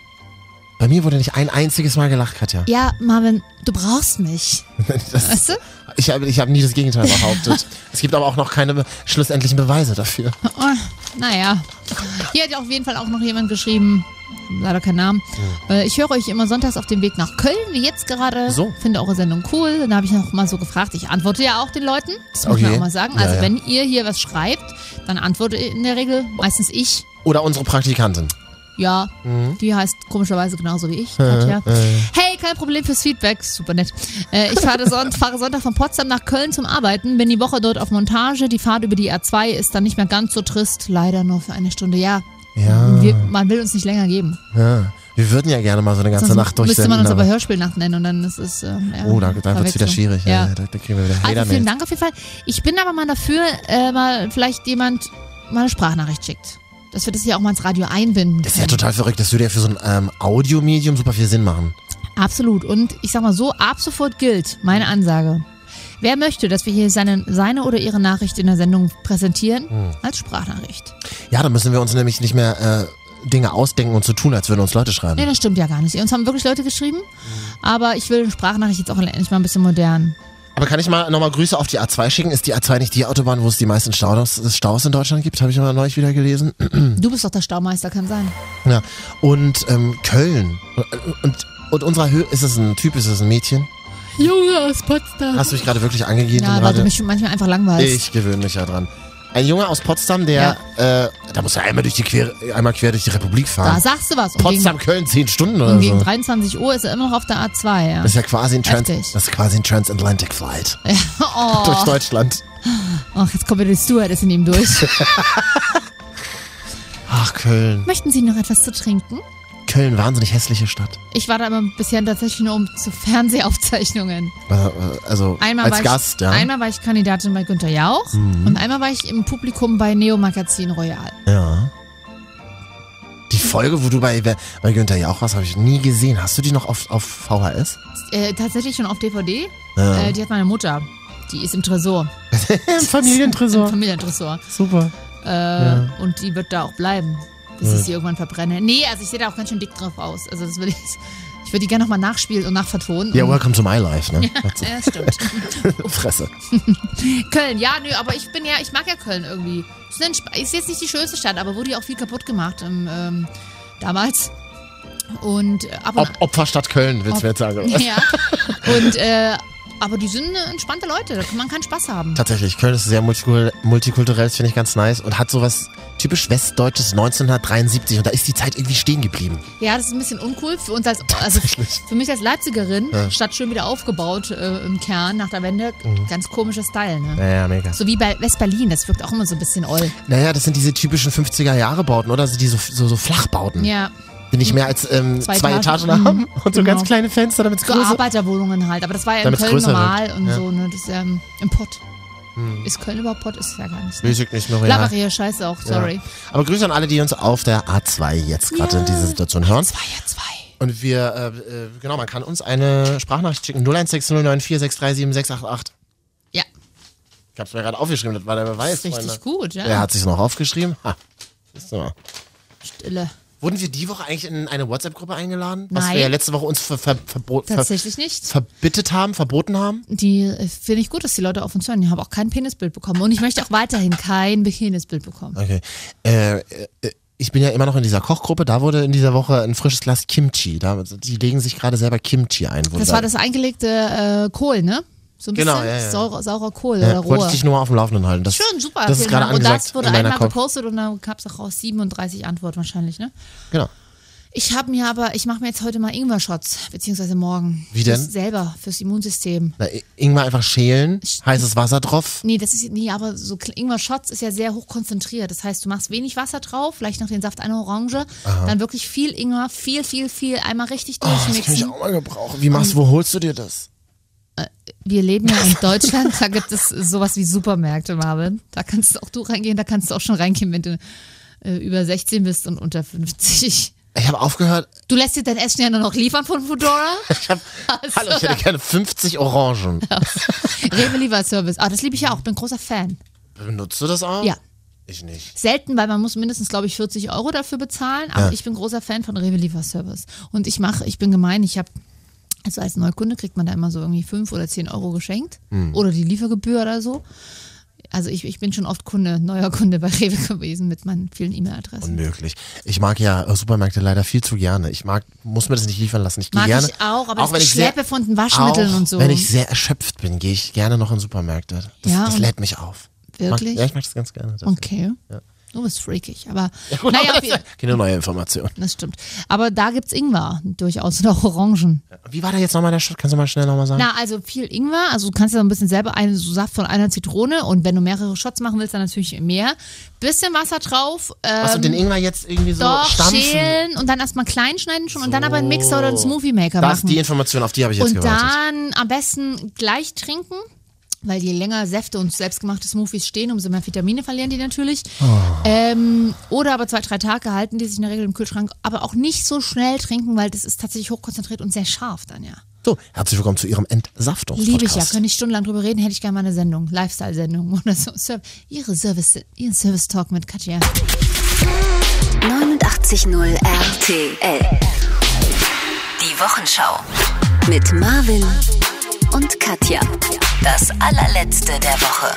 Bei mir wurde nicht ein einziges Mal gelacht, Katja.
Ja, Marvin, du brauchst mich.
Das,
Weißt du?
ich habe ich hab nie das Gegenteil behauptet. es gibt aber auch noch keine be schlussendlichen Beweise dafür.
Oh, naja. Hier hat ja auf jeden Fall auch noch jemand geschrieben. Leider kein Name. Äh, Ich höre euch immer sonntags auf dem Weg nach Köln, wie jetzt gerade.
So.
Finde eure Sendung cool. Dann habe ich noch mal so gefragt. Ich antworte ja auch den Leuten. Das muss man
Okay.
auch mal sagen.
Ja,
Also,
ja.
wenn ihr hier was schreibt, dann antworte in der Regel meistens ich.
Oder unsere Praktikantin.
Ja,
Mhm.
die heißt komischerweise genauso wie ich. Katja. Hey, kein Problem fürs Feedback. Super nett. Äh, ich fahre, Sonnt fahre Sonntag von Potsdam nach Köln zum Arbeiten. Bin die Woche dort auf Montage. Die Fahrt über die A2 ist dann nicht mehr ganz so trist. Leider nur für eine Stunde. Ja,
Ja.
wir, man will uns nicht länger geben.
ja. Wir würden ja gerne mal so eine ganze
Sonst
Nacht
müsste
durchsenden.
man uns aber
aber-
Hörspielnacht nennen und dann ist es. Ähm, ja,
Oh, da, da wird es wieder
Verwechslung.
schwierig. Ja.
Ja.
Da, da kriegen wir wieder
Also
Hater
vielen
mit.
Dank auf jeden Fall. Ich bin aber mal dafür, äh, mal vielleicht jemand mal eine Sprachnachricht schickt. Dass wir das hier auch mal ins Radio einbinden.
Das ist ja
können.
total verrückt. Das würde ja für so ein ähm, Audiomedium super viel Sinn machen.
Absolut. Und ich sag mal so, ab sofort gilt meine Ansage. Wer möchte, dass wir hier seine, seine oder ihre Nachricht in der Sendung präsentieren?
Hm.
Als Sprachnachricht.
Ja, dann müssen wir uns nämlich nicht mehr äh, Dinge ausdenken und so tun, als würden uns Leute schreiben.
Nee, das stimmt ja gar nicht. Uns haben wirklich Leute geschrieben,
Hm.
aber ich will eine Sprachnachricht jetzt auch endlich mal ein bisschen modern.
Aber kann ich mal nochmal Grüße auf die A2 schicken? Ist die A2 nicht die Autobahn, wo es die meisten Staus, Staus in Deutschland gibt? Habe ich mal neulich wieder gelesen.
Du bist doch der Staumeister, kann sein.
Ja. Und ähm, Köln. Und, und, und unserer Höhe, ist es ein Typ, ist es ein Mädchen?
Mhm. Junge aus Potsdam.
Hast du mich gerade wirklich angegeben?
ja, weil
gerade?
du mich manchmal einfach langweilst.
Ich gewöhne mich ja dran. Ein Junge aus Potsdam, der, äh, da muss er einmal durch die quer, einmal quer durch die Republik
Da
fahren.
sagst du was. Und
Potsdam, Köln, 10 Stunden
gegen, und
oder
gegen
so.
23 Uhr ist er immer noch auf der A2, ja.
Das ist ja quasi ein, Trans
Heftig.
das ist quasi ein Transatlantic Flight durch
oh,
Deutschland.
ach, Oh, jetzt kommt wieder die Stewardess in ihm durch.
Ach, Köln.
Möchten Sie noch etwas zu trinken?
Köln, wahnsinnig hässliche Stadt.
Ich war da immer bisher tatsächlich nur um zu Fernsehaufzeichnungen.
Also
Einmal war
als Gast,
ich,
ja. Mhm.
Einmal war ich Kandidatin bei Günter Jauch und einmal war ich im Publikum bei Neo Magazin Royal.
ja. Die Folge, wo du bei, bei Günther Jauch warst, habe ich nie gesehen. Hast du die noch auf, auf VHS?
Äh, tatsächlich schon auf DVD.
Ja.
Äh, die hat meine Mutter. Die ist im Tresor.
Im
Im
Familientresor.
Familientresor.
Super.
Äh, Und die wird da auch bleiben, bis ich sie irgendwann verbrenne. Nee, also ich sehe da auch ganz schön dick drauf aus. Also das will ich. Ich würde die gerne nochmal nachspielen und nachvertonen.
Ja,
und,
welcome to my life, ne?
ja, stimmt.
Fresse.
Köln, ja, nö, aber ich bin ja, ich mag ja Köln irgendwie. Ist, eine Sp- ist jetzt nicht die schönste Stadt, aber wurde ja auch viel kaputt gemacht im, ähm, damals. Und äh, ab und
Op Opferstadt Köln, willst du mir jetzt sagen. oder was?
Ja. Und äh, aber die sind äh, entspannte Leute, da kann- man kann Spaß haben.
Tatsächlich, Köln ist sehr multikul- multikulturell, das finde ich ganz nice und hat sowas typisch westdeutsches 1973 und da ist die Zeit irgendwie stehen geblieben.
Ja, das ist ein bisschen uncool für uns als also für mich als Leipzigerin, Stadt schön wieder aufgebaut äh, im Kern nach der Wende, ganz komischer Style, ne?
Naja, mega.
So wie bei West-Berlin, das wirkt auch immer so ein bisschen oll.
Naja, das sind diese typischen 50er-Jahre-Bauten, oder? Also die so, so, so Flachbauten,
Ja.
die nicht mehr als ähm, zwei,
Zwei
Etagen,
Etagen.
haben
Mhm,
und so
genau.
ganz kleine Fenster, damit es
So
größer
Arbeiterwohnungen halt, aber das war ja in
Damit's
Köln
größer
normal
wird,
und
ja.
so, ne? Das ist ähm, im Pott. Ist Köln überhaupt Pott? Ist ja gar nicht. Ne?
Weiß ich nicht mehr, ja.
Labaria, scheiße auch, sorry.
ja. Aber Grüße an alle, die uns auf der A2 jetzt gerade in dieser Situation hören.
Zwei ja zwei.
Und wir, äh, äh, genau, man kann uns eine Sprachnachricht schicken. 0160946378688.
Ja,
Ich hab's mir gerade aufgeschrieben, das war der Beweis,
ist richtig
Freunde.
gut, ne? ja.
Wer hat sich's noch aufgeschrieben? Ha. Siehst du mal.
Stille.
Wurden wir die Woche eigentlich in eine WhatsApp-Gruppe eingeladen? Was
Nein.
wir ja letzte Woche uns ver ver verbo- ver
Tatsächlich nicht.
verbittet haben, verboten haben?
Die äh, finde ich gut, dass die Leute auf uns hören. Ich habe auch kein Penisbild bekommen. Und ich möchte auch weiterhin kein Penisbild bekommen.
Okay. Äh, äh, ich bin ja immer noch in dieser Kochgruppe. Da wurde in dieser Woche ein frisches Glas Kimchi. Da, die legen sich gerade selber Kimchi ein.
Das war das eingelegte äh, Kohl, ne? So ein
Genau,
bisschen
ja, ja.
saurer, saurer Kohl oder
Ja, Äh, wollte
roher.
ich dich nur mal auf dem Laufenden halten. Das,
Schön, super.
Das ist
vielen
gerade
Dank. Und
angesagt
das wurde
in meiner
einmal
Kopf.
gepostet und dann gab es auch raus 37 Antworten wahrscheinlich, ne?
Genau.
Ich habe mir aber, ich mache mir jetzt heute mal Ingwer-Shots, beziehungsweise morgen.
Wie denn?
Fürs selber, fürs Immunsystem.
Na, I- Ingwer einfach schälen, heißes Wasser drauf.
Nee, das ist, nee, aber so Kle- Ingwer-Shots ist ja sehr hoch konzentriert. Das heißt, du machst wenig Wasser drauf, vielleicht noch den Saft einer Orange, dann wirklich viel Ingwer, viel, viel, viel, einmal richtig
Ah, Oh, Das kann ich
durchmixen.
auch mal gebrauchen. Wie machst du, wo holst du dir das?
Wir leben ja in Deutschland, da gibt es sowas wie Supermärkte, Marvin. Da kannst auch du reingehen, da kannst du auch schon reingehen, wenn du äh, über 16 bist und unter 50.
Ich habe aufgehört,
Du lässt dir dein Essen ja nur noch liefern von Foodora?
Ich hab, hallo, ich hätte gerne 50 Orangen.
Rewe Lieferservice. Ah, das liebe ich ja auch, bin großer Fan.
Benutzt du das auch?
Ja.
Ich nicht.
Selten, weil man muss mindestens, glaube ich, 40 Euro dafür bezahlen. Aber ich bin großer Fan von Rewe Lieferservice. Und ich mache, ich bin gemein, ich habe, also als Neukunde kriegt man da immer so irgendwie 5 oder 10 Euro geschenkt.
Hm.
Oder die Liefergebühr oder so. Also ich, ich bin schon oft Kunde, neuer Kunde bei Rewe gewesen mit meinen vielen E-Mail-Adressen.
Unmöglich. Ich mag ja äh, Supermärkte leider viel zu gerne. Ich mag, muss mir das nicht liefern lassen. Ich gehe
Mag
gerne.
ich auch, aber das
wenn ich
Geschleppe
sehr-
von den Waschmitteln
auch
und so.
Wenn ich sehr erschöpft bin, gehe ich gerne noch in Supermärkte. Das,
Ja,
das
und-
lädt mich auf.
Wirklich?
Mag, ja, ich mag das ganz gerne. Das
Okay. Du bist freakig, aber
Gut,
naja,
aber
auf jeden-
das- keine neue Information.
das stimmt. Aber da gibt's Ingwer durchaus und auch Orangen.
Wie war da jetzt nochmal der Schritt? Kannst du mal schnell nochmal sagen?
Na, also viel Ingwer. Also du kannst ja so ein bisschen selber einen so Saft von einer Zitrone und wenn du mehrere Shots machen willst, dann natürlich mehr. Bisschen Wasser drauf. Ähm,
Was und den Ingwer jetzt irgendwie so
doch,
stampfen? Oh.
schälen und dann erstmal klein schneiden schon und dann aber einen Mixer oder einen Smoothie Maker
das ist
machen.
die Information, auf die habe ich jetzt
und
gewartet.
dann am besten gleich trinken, weil je länger Säfte und selbstgemachte Smoothies stehen, umso mehr Vitamine verlieren die natürlich.
Oh.
Ähm, oder aber zwei, drei Tage halten die sich in der Regel im Kühlschrank, aber auch nicht so schnell trinken, weil das ist tatsächlich hochkonzentriert und sehr scharf dann ja.
So, herzlich willkommen zu Ihrem Entsaftungs-Podcast.
Liebe ich ja, könnte ich stundenlang drüber reden, hätte ich gerne mal eine Sendung, Lifestyle-Sendung oder so. Ser ihre Service, ihren Service-Talk mit Katja.
89.0 RTL. Die Wochenschau. Mit Marvin und Katja. Das allerletzte der Woche.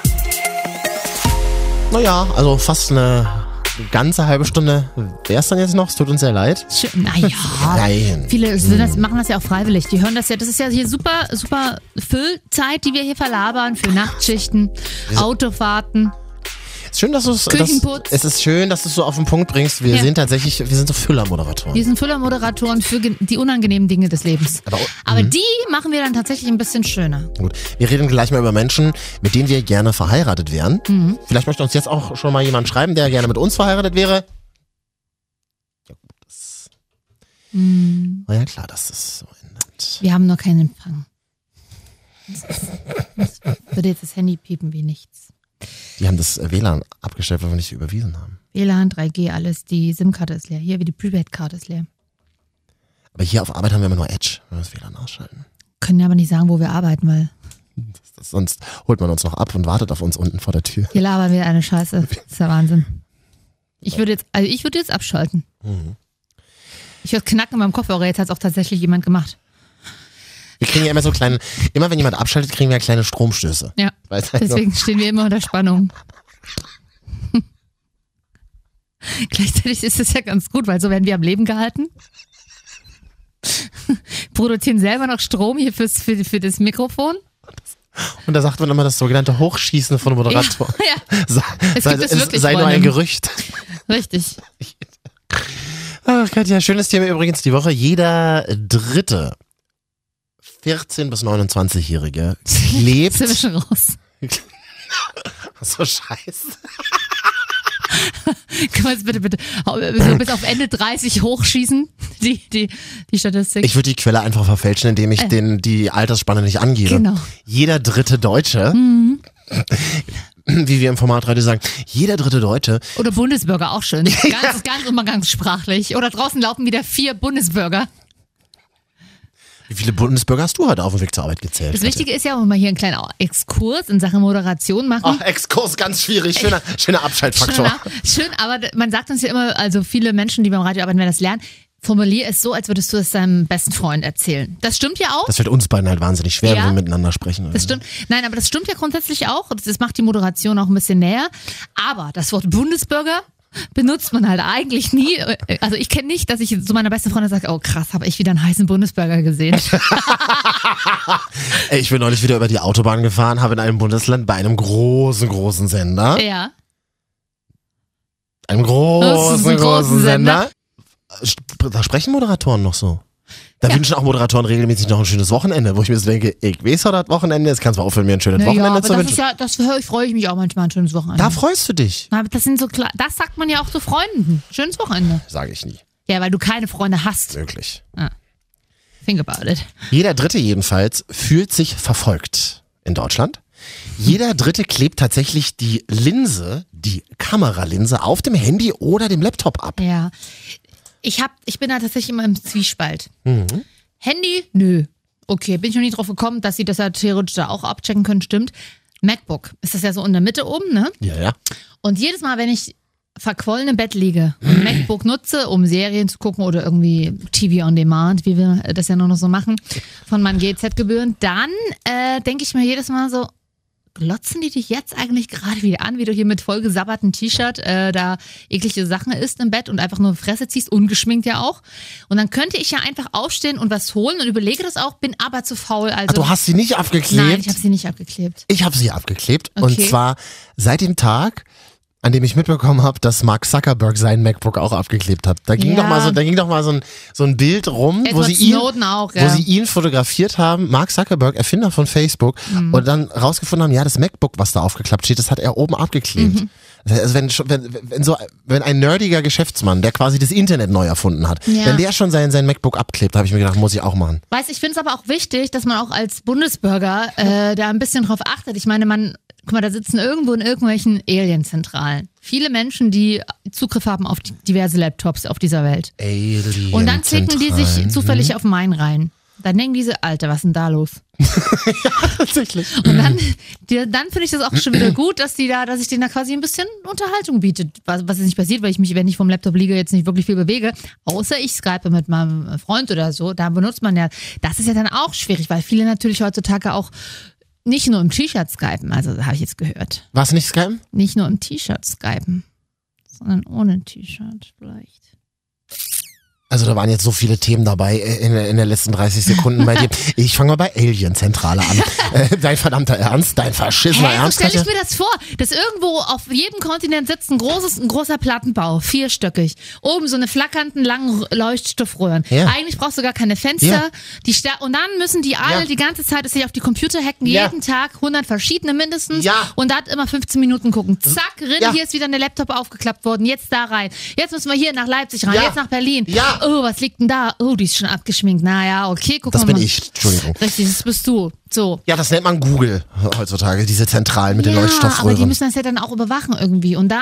Naja, also fast eine ganze halbe Stunde wäre es dann jetzt noch. Es tut uns sehr leid.
Sch- Naja.
Nein. Hm.
Viele sind das, machen das ja auch freiwillig. Die hören das ja. Das ist ja hier super, super Füllzeit, die wir hier verlabern für Nachtschichten, Autofahrten.
Ist schön, dass du es.
Küchenputz.
Es ist schön, dass du es so auf den Punkt bringst. Wir
Ja.
sind tatsächlich, wir sind so Füllermoderatoren.
Wir sind Füllermoderatoren für gen- die unangenehmen Dinge des Lebens.
Aber- mhm.
Aber die machen wir dann tatsächlich ein bisschen schöner.
Gut. Wir reden gleich mal über Menschen, mit denen wir gerne verheiratet wären.
Mhm.
Vielleicht möchte uns jetzt auch schon mal jemand schreiben, der gerne mit uns verheiratet wäre. Ja, gut, das Na ja, klar, dass das so ändert.
Mhm. Wir haben noch keinen Empfang. Das würde jetzt das Handy piepen wie nichts.
Die haben das äh, WLAN abgestellt, weil wir nicht überwiesen haben.
WLAN, 3G, alles. Die SIM-Karte ist leer. Hier, wie die Prepaid-Karte ist leer.
Aber hier auf Arbeit haben wir immer nur Edge, wenn wir das WLAN ausschalten.
Können aber nicht sagen, wo wir arbeiten, weil
Das, das, sonst holt man uns noch ab und wartet auf uns unten vor der Tür.
hier labern wir eine Scheiße. Das ist der Wahnsinn. Ich würde jetzt, also ich würde jetzt abschalten. Ich höre Knacken in meinem Kopfhörer. Jetzt hat es auch tatsächlich jemand gemacht.
Wir kriegen ja immer so kleine, immer wenn jemand abschaltet, kriegen wir ja kleine Stromstöße.
Ja.
Weil es halt so,
Deswegen stehen wir immer unter Spannung. Gleichzeitig ist es ja ganz gut, weil so werden wir am Leben gehalten. Produzieren selber noch Strom hier fürs, für, für das Mikrofon.
und da sagt man immer das sogenannte Hochschießen von Moderatoren.
Ja,
Sei,
Es
sei,
gibt es
es
wirklich,
sei nur ein
Freunde.
Gerücht.
richtig.
Ach Gott, ja, schönes Thema übrigens die Woche. Jeder dritte 14- bis 29-Jährige klebt.
Sind wir schon raus.
so scheiße.
Können wir jetzt bitte, bitte so bis auf Ende 30 hochschießen, die, die, die Statistik.
Ich würde die Quelle einfach verfälschen, indem ich den, die Altersspanne nicht angebe.
Äh. Genau. Mhm.
Jeder dritte Deutsche, wie wir im Format Radio sagen, jeder dritte Deutsche
Oder Bundesbürger auch schön. Ganz, ganz umgangssprachlich. Oder draußen laufen wieder vier Bundesbürger.
Wie viele Bundesbürger hast du heute auf dem Weg zur Arbeit gezählt?
Das Wichtige ist ja, wenn wir hier einen kleinen Exkurs in Sachen Moderation machen.
Ach, Exkurs, ganz schwierig. Schöner, schöner Abschaltfaktor.
Schön, aber d- man sagt uns ja immer, also viele Menschen, die beim Radio arbeiten, werden das lernen. Formulier es so, als würdest du es deinem besten Freund erzählen. Das stimmt ja auch.
Das fällt uns beiden halt wahnsinnig schwer,
Ja.
wenn wir miteinander sprechen.
Das stimmt. Nein, aber das stimmt ja grundsätzlich auch. Das- Das macht die Moderation auch ein bisschen näher. Aber das Wort Bundesbürger benutzt man halt eigentlich nie. Also ich kenne nicht, dass ich zu meiner besten Freundin sage, oh krass, habe ich wieder einen heißen Bundesbürger gesehen.
Ey, Ich bin neulich wieder über die Autobahn gefahren, habe in einem Bundesland bei einem großen, großen Sender,
ja.
einem
Das ist
großen,
ein
großen
großen
Sender, Sp- da sprechen Moderatoren noch so. Da
Ja.
wünschen auch Moderatoren regelmäßig noch ein schönes Wochenende, wo ich mir so denke, ich weiß heute das Wochenende, jetzt kannst du mal aufhören, mir ein schönes
Naja,
Wochenende
aber
zu
das ist
wünschen.
ja, das höre ich, freue ich mich auch manchmal ein schönes Wochenende.
Da freust du dich,
Na, Aber das sind so klar, das sagt man ja auch zu Freunden. Schönes Wochenende.
sage ich nie.
Ja, weil du keine Freunde hast.
Wirklich.
Think about it.
Jeder Dritte jedenfalls fühlt sich verfolgt in Deutschland. Jeder Dritte klebt tatsächlich die Linse, die Kameralinse, auf dem Handy oder dem Laptop ab.
Ja. Ich hab, ich bin da tatsächlich immer im Zwiespalt. Handy? Nö. Okay, bin ich noch nicht drauf gekommen, dass sie das ja theoretisch da auch abchecken können, stimmt. MacBook ist das ja so in der Mitte oben, ne?
Ja, ja.
Und jedes Mal, wenn ich verquollen im Bett liege und MacBook nutze, um Serien zu gucken oder irgendwie TV on Demand, wie wir das ja nur noch so machen, von meinen GZ-Gebühren, dann äh, denke ich mir jedes Mal so, glotzen die dich jetzt eigentlich gerade wieder an, wie du hier mit vollgesabbertem T-Shirt äh, da eklige Sachen isst im Bett und einfach nur Fresse ziehst, ungeschminkt ja auch. Und dann könnte ich ja einfach aufstehen und was holen und überlege das auch, bin aber zu faul.
Ach,
Also
du hast sie nicht abgeklebt?
nein, ich habe sie nicht abgeklebt.
Ich habe sie abgeklebt.
Okay.
Und zwar seit dem Tag, an dem ich mitbekommen habe, dass Mark Zuckerberg seinen MacBook auch abgeklebt hat. Da ging
Ja.
doch mal so, da ging doch mal so ein, so ein Bild rum, wo
Edward
sie, ihn,
Snowden auch,
wo
ja.
sie ihn fotografiert haben, Mark Zuckerberg, Erfinder von Facebook,
Mhm.
und dann rausgefunden haben, ja, das MacBook, was da aufgeklappt steht, das hat er oben abgeklebt.
Mhm.
Also wenn, schon- wenn, wenn, so, wenn ein nerdiger Geschäftsmann, der quasi das Internet neu erfunden hat,
Ja.
wenn der schon sein, sein MacBook abklebt, habe ich mir gedacht, muss ich auch machen.
Weiß, ich finde es aber auch wichtig, dass man auch als Bundesbürger äh, da ein bisschen drauf achtet. Ich meine, man, guck mal, da sitzen irgendwo in irgendwelchen Alienzentralen. Viele Menschen, die Zugriff haben auf die- diverse Laptops auf dieser Welt.
Alien
Und dann klicken die sich zufällig auf meinen rein. Dann denken diese, Alter, was ist denn da los?
tatsächlich.
Und dann, die, dann finde ich das auch schon wieder gut, dass die da, dass ich denen da quasi ein bisschen Unterhaltung bietet. Was, was jetzt nicht passiert, weil ich mich, wenn ich vom Laptop liege, jetzt nicht wirklich viel bewege. Außer ich skype mit meinem Freund oder so. Da benutzt man ja, das ist ja dann auch schwierig, weil viele natürlich heutzutage auch nicht nur im T-Shirt skypen, also habe ich jetzt gehört.
War es nicht Skype?
Nicht nur im T-Shirt skypen, sondern ohne T-Shirt vielleicht.
Also da waren jetzt so viele Themen dabei äh, in, der- in der letzten 30 Sekunden bei dir. Ich fange mal bei Alien-Zentrale an. Äh, Dein verdammter Ernst, dein
Hä,
verschissener
so
Ernst.
stelle ich
Katja?
mir das vor, dass irgendwo auf jedem Kontinent sitzt ein, großes, ein großer Plattenbau, vierstöckig. Oben so eine flackernden langen R- Leuchtstoffröhren.
Ja.
Eigentlich brauchst du gar keine Fenster.
Ja.
Die Sta- und dann müssen die alle
Ja.
die ganze Zeit sich auf die Computer hacken,
Ja.
jeden Tag 100 verschiedene mindestens.
Ja.
Und da hat immer 15 Minuten gucken. Zack, rin,
Ja.
hier ist wieder eine Laptop aufgeklappt worden. Jetzt da rein. Jetzt müssen wir hier nach Leipzig rein,
Ja.
jetzt nach Berlin.
Ja.
Oh, oh, was liegt denn da? Oh, die ist schon abgeschminkt. Naja, okay, guck
Das
mal.
bin
mal.
ich, Entschuldigung.
Richtig, das bist du. So.
Ja, das nennt man Google heutzutage, diese Zentralen mit den
aber die
Leuchtstoffröhren.
müssen das ja dann auch überwachen irgendwie. Und dann,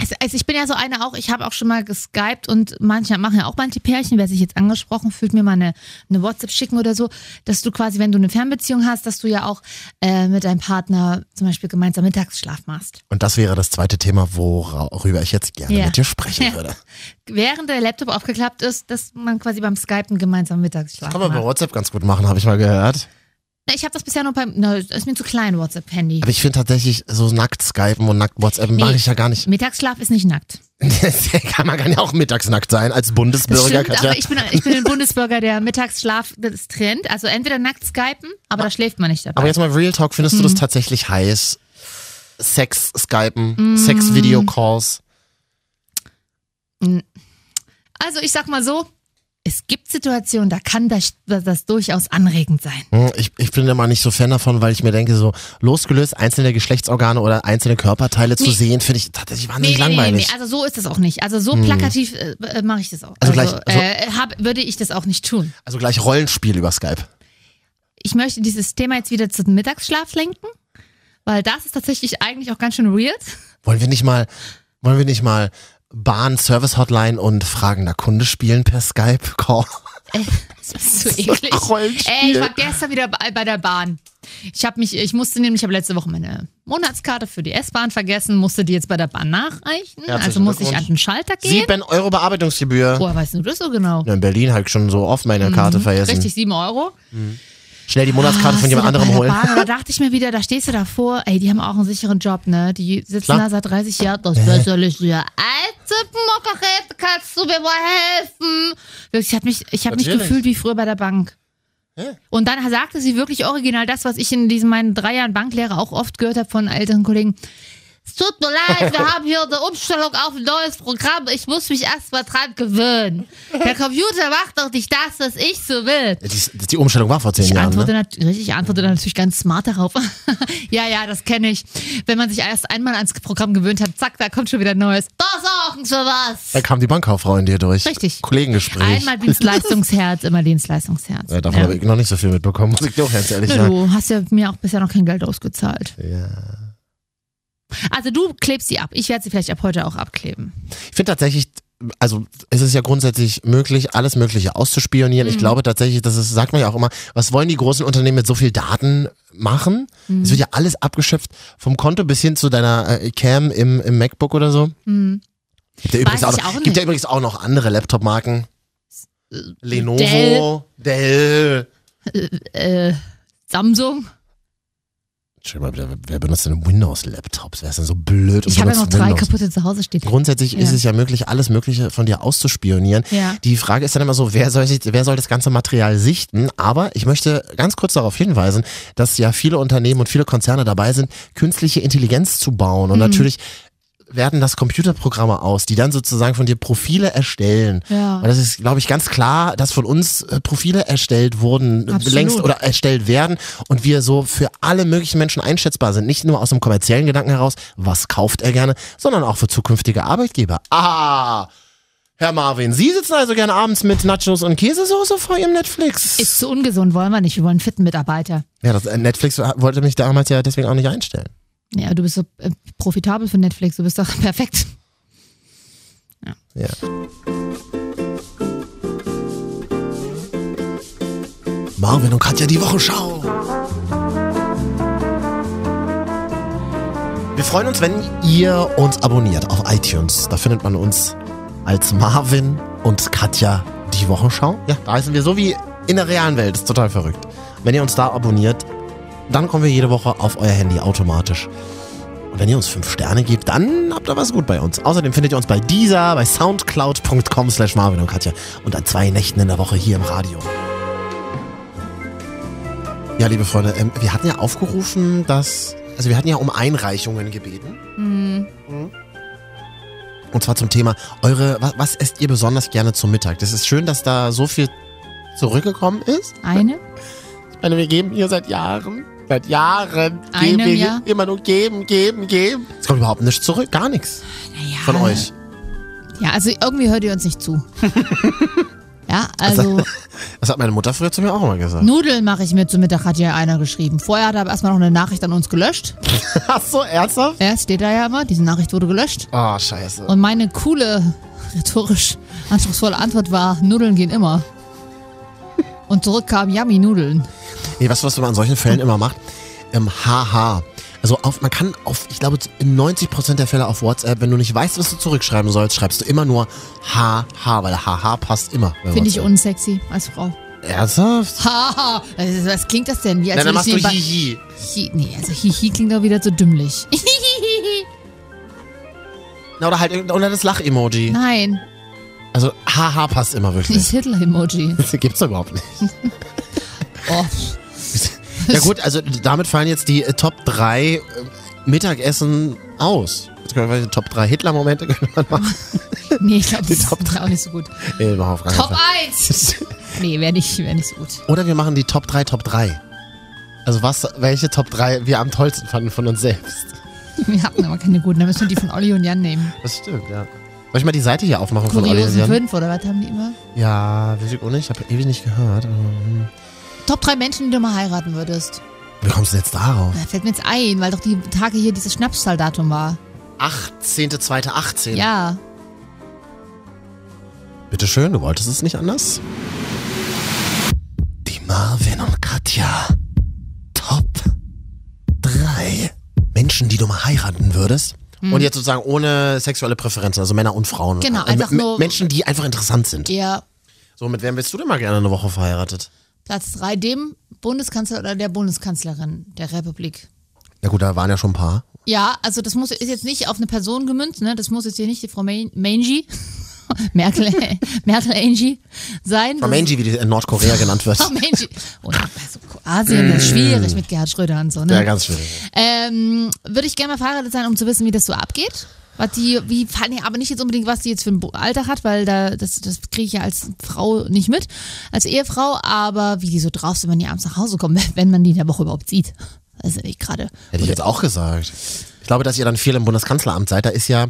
also, also ich bin ja so eine auch, ich habe auch schon mal geskypt und manche machen ja auch manche Pärchen, wer sich jetzt angesprochen fühlt, mir mal eine, eine WhatsApp schicken oder so, dass du quasi, wenn du eine Fernbeziehung hast, dass du ja auch äh, mit deinem Partner zum Beispiel gemeinsam Mittagsschlaf machst.
Und das wäre das zweite Thema, worüber ich jetzt gerne
Ja.
mit dir sprechen
Ja.
würde.
Während der Laptop aufgeklappt ist, dass man quasi beim Skypen gemeinsam Mittagsschlaf
Kann man bei
macht.
WhatsApp ganz gut machen, habe ich mal gehört.
Na, Ich habe das bisher nur beim, na, ist mir zu klein, WhatsApp-Handy.
Aber ich finde tatsächlich, so nackt skypen und nackt WhatsAppen
Nee.
mache ich ja gar nicht.
Mittagsschlaf ist nicht nackt.
kann man kann ja auch mittagsnackt sein als
Das
Bundesbürger.
stimmt,
Katja.
aber ich bin, ich bin ein Bundesbürger, der Mittagsschlaf, das ist Trend. Also entweder nackt skypen, aber da schläft man nicht dabei.
Aber jetzt mal Real Talk, findest du
Mhm.
das tatsächlich heiß? Sex
Mhm.
skypen, Sex Video Calls.
also ich sag mal so, es gibt Situationen, da kann das, das durchaus anregend sein.
Hm, Ich, ich bin da mal nicht so Fan davon, weil ich mir denke, so losgelöst einzelne Geschlechtsorgane oder einzelne Körperteile zu
Nee.
sehen, finde ich tatsächlich wahnsinnig langweilig. Hm.
also so ist das auch nicht. Also so plakativ äh, äh, mache ich das auch.
Also gleich-
äh, hab, würde ich das auch nicht tun.
Also gleich Rollenspiel über Skype.
Ich möchte dieses Thema jetzt wieder zum Mittagsschlaf lenken, weil das ist tatsächlich eigentlich auch ganz schön weird.
Wollen wir nicht mal, wollen wir nicht mal Bahn, Service Hotline und fragender Kunde spielen per Skype Call?
Äh, Das ist so
ist so
eklig.
Rollenspiel.
Ey, ich war gestern wieder bei, bei der Bahn. Ich habe mich, ich musste nämlich, ich habe letzte Woche meine Monatskarte für die S-Bahn vergessen, musste die jetzt bei der Bahn nachreichen.
Herzlichen
also musste ich an
Glückwunsch.
den Schalter gehen.
Sieben Euro Bearbeitungsgebühr.
Woher weißt du das so genau?
Na, In Berlin habe ich schon so oft meine Karte vergessen.
Mhm, Richtig, sieben Euro.
Schnell die Monatskarte
Ah,
von jemand
hast du da
anderem
bei der
holen.
Bahn, Da dachte ich mir wieder, da stehst du davor, ey, die haben auch einen sicheren Job, ne? Die sitzen
Klar.
da seit 30 Jahren, das äh. soll ich dir. Alte Mokarette, kannst du mir mal helfen? Wirklich, ich habe mich, ich hab mich
Natürlich.
gefühlt wie früher bei der Bank.
Hä?
Und dann sagte sie wirklich original das, was ich in diesen meinen drei Jahren Banklehre auch oft gehört habe von älteren Kollegen. Es tut mir leid, wir haben hier eine Umstellung auf ein neues Programm. Ich muss mich erst mal dran gewöhnen. Der Computer macht doch nicht das, was ich so will.
Die, die Umstellung war vor zehn
Ich
Jahren.
antworte,
Ne?
nat- richtig, ich antworte dann natürlich ganz smart darauf. ja, ja, das kenne ich. Wenn man sich erst einmal ans Programm gewöhnt hat, zack, da kommt schon wieder Neues. Da sorgen für was.
Da kam die Bankkauffrau in dir durch.
Richtig.
Kollegengespräch.
Einmal Dienstleistungsherz, immer Dienstleistungsherz.
ja, davon habe ich noch nicht so viel mitbekommen, muss ich dir auch ganz ehrlich
Nö,
sagen.
Du hast ja mir auch bisher noch kein Geld ausgezahlt.
Ja.
Also du klebst sie ab. Ich werde sie vielleicht ab heute auch abkleben.
Ich finde tatsächlich, also es ist ja grundsätzlich möglich, alles Mögliche auszuspionieren.
Mhm.
Ich glaube tatsächlich, das ist, sagt man ja auch immer, was wollen die großen Unternehmen mit so viel Daten machen?
Mhm.
Es wird ja alles abgeschöpft, vom Konto bis hin zu deiner äh, Cam im, im MacBook oder so.
Hm.
Gibt ja
Weiß
übrigens, auch
ich
noch,
auch nicht.
gibt ja übrigens auch noch andere Laptop-Marken. Lenovo, Dell.
Äh, Samsung.
Entschuldigung, wer, wer benutzt denn Windows-Laptops? Wer ist denn so blöd und
Ich habe ja noch
benutzt
drei
Windows?
kaputte zu Hause stehen.
Grundsätzlich ist
Ja.
es ja möglich, alles Mögliche von dir auszuspionieren.
Ja.
Die Frage ist dann immer so, wer soll, sich, wer soll das ganze Material sichten? Aber ich möchte ganz kurz darauf hinweisen, dass ja viele Unternehmen und viele Konzerne dabei sind, künstliche Intelligenz zu bauen. Und
Mhm.
natürlich werden das Computerprogramme aus, die dann sozusagen von dir Profile erstellen.
Ja.
Und das ist, glaube ich, ganz klar, dass von uns äh, Profile erstellt wurden, äh,
Absolut.
längst oder erstellt werden und wir so für alle möglichen Menschen einschätzbar sind. Nicht nur aus dem kommerziellen Gedanken heraus, was kauft er gerne, sondern auch für zukünftige Arbeitgeber. Ah, Herr Marvin, Sie sitzen also gerne abends mit Nachos und Käsesoße vor Ihrem Netflix.
Ist zu ungesund, wollen wir nicht. Wir wollen einen fitten Mitarbeiter.
ja, das, äh, Netflix wollte mich damals ja deswegen auch nicht einstellen.
Ja, du bist so äh, profitabel für Netflix. Du bist doch perfekt.
Ja. Marvin und Katja die Wochenschau. Wir freuen uns, wenn ihr uns abonniert auf iTunes. Da findet man uns als Marvin und Katja die Wochenschau. Ja, da heißen wir so wie in der realen Welt. Ist total verrückt. Wenn ihr uns da abonniert, dann kommen wir jede Woche auf euer Handy automatisch. Und wenn ihr uns fünf Sterne gebt, dann habt ihr was gut bei uns. Außerdem findet ihr uns bei dieser, bei soundcloud.com slash Marvin und Katja und an zwei Nächten in der Woche hier im Radio. Ja, liebe Freunde, ähm, wir hatten ja aufgerufen, dass, also wir hatten ja um Einreichungen gebeten. Mhm. Und zwar zum Thema eure, was, was esst ihr besonders gerne zum Mittag? Das ist schön, dass da so viel zurückgekommen ist.
Eine?
Ich meine, Also wir geben hier seit Jahren, seit Jahren,
Einem
geben wir
Jahr. Ah.
immer nur geben, geben, geben. Es kommt überhaupt nichts zurück, gar nichts
Naja,
von euch.
Ja, also irgendwie hört ihr uns nicht zu. ja, also
Das hat meine Mutter früher zu mir auch immer gesagt.
Nudeln mache ich mir zu Mittag, hat ja einer geschrieben. Vorher hat er aber erstmal noch eine Nachricht an uns gelöscht.
Ach so, ernsthaft?
Ja, steht da ja immer, diese Nachricht wurde gelöscht.
Oh, scheiße.
Und meine coole, rhetorisch anspruchsvolle Antwort war, Nudeln gehen immer. Und zurück kam Yummy Nudeln.
Nee, weißt du, was man an solchen Fällen immer macht? Ähm, haha. Also auf, man kann auf, ich glaube, in 90% der Fälle auf WhatsApp, wenn du nicht weißt, was du zurückschreiben sollst, schreibst du immer nur haha, weil haha passt immer. bei
Finde ich
WhatsApp.
unsexy als Frau.
Ernsthaft?
Haha, also, was klingt das denn? Wie, als
Nein,
würdest
dann machst
du
du
den Ba-
hihi.
Hi- Nee, also Hihi klingt doch wieder so dümmlich.
Na, oder halt irgend- oder das Lach-Emoji.
Nein,
Also haha passt immer wirklich.
dieses Hitler-Emoji.
Das gibt's doch überhaupt nicht.
Oh.
Ja gut, also damit fallen jetzt die äh, Top 3 äh, Mittagessen aus. Jetzt können wir vielleicht die Top 3 Hitler-Momente können wir machen.
Nee, ich glaube, das
Die Top
ist auch nicht so gut.
Nee, machen wir auf keinen
Top
Fall.
1! Nee, wäre nicht, wär nicht so gut.
Oder wir machen die Top 3 Top 3. Also was, welche Top 3 wir am tollsten fanden von uns selbst.
Wir hatten aber keine guten, dann müssen wir die von Olli und Jan nehmen.
Das stimmt, ja. Soll ich mal die Seite hier aufmachen von
Kuriosen
Olli?
5 oder was haben die immer?
Ja, weiß ich auch nicht. Ich habe ewig nicht gehört. aber, hm.
Top 3 Menschen, die du mal heiraten würdest.
Wie kommst du denn jetzt darauf?
Da fällt mir jetzt ein, weil doch die Tage hier dieses Schnapszahldatum war.
18.02.18.
Ja.
Bitte schön, du wolltest es nicht anders? Die Marvin und Katja. Top 3 Menschen, die du mal heiraten würdest. Und jetzt sozusagen ohne sexuelle Präferenzen, also Männer und Frauen.
Mhm. Genau,
Äh,
einfach
M-
nur-
Menschen, die einfach interessant sind.
Der
So, mit wem bist du denn mal gerne eine Woche verheiratet?
Platz 3, dem Bundeskanzler oder der Bundeskanzlerin der Republik.
Na gut, da waren ja schon ein paar.
Ja, also das muss, ist jetzt nicht auf eine Person gemünzt, ne? Das muss jetzt hier nicht die Frau Man- Mangy, Merkel, Merkel Angie sein.
Frau Mangy, Hm. wie die in Nordkorea genannt wird.
Frau Mangy. Oh, ja, also Asien, das ist schwierig mit Gerhard Schröder und so, ne?
Ja, ganz schwierig.
Ähm, würde ich gerne mal verheiratet sein, um zu wissen, wie das so abgeht. Was die, wie, nee, aber nicht jetzt unbedingt, was die jetzt für ein Bo- Alltag hat, weil da, das, das kriege ich ja als Frau nicht mit, als Ehefrau, aber wie die so drauf sind, wenn die abends nach Hause kommen, wenn man die in der Woche überhaupt sieht. Das ist ja nicht gerade.
Hätte ich jetzt auch gesagt. Ich glaube, dass ihr dann viel im Bundeskanzleramt seid. Da ist ja,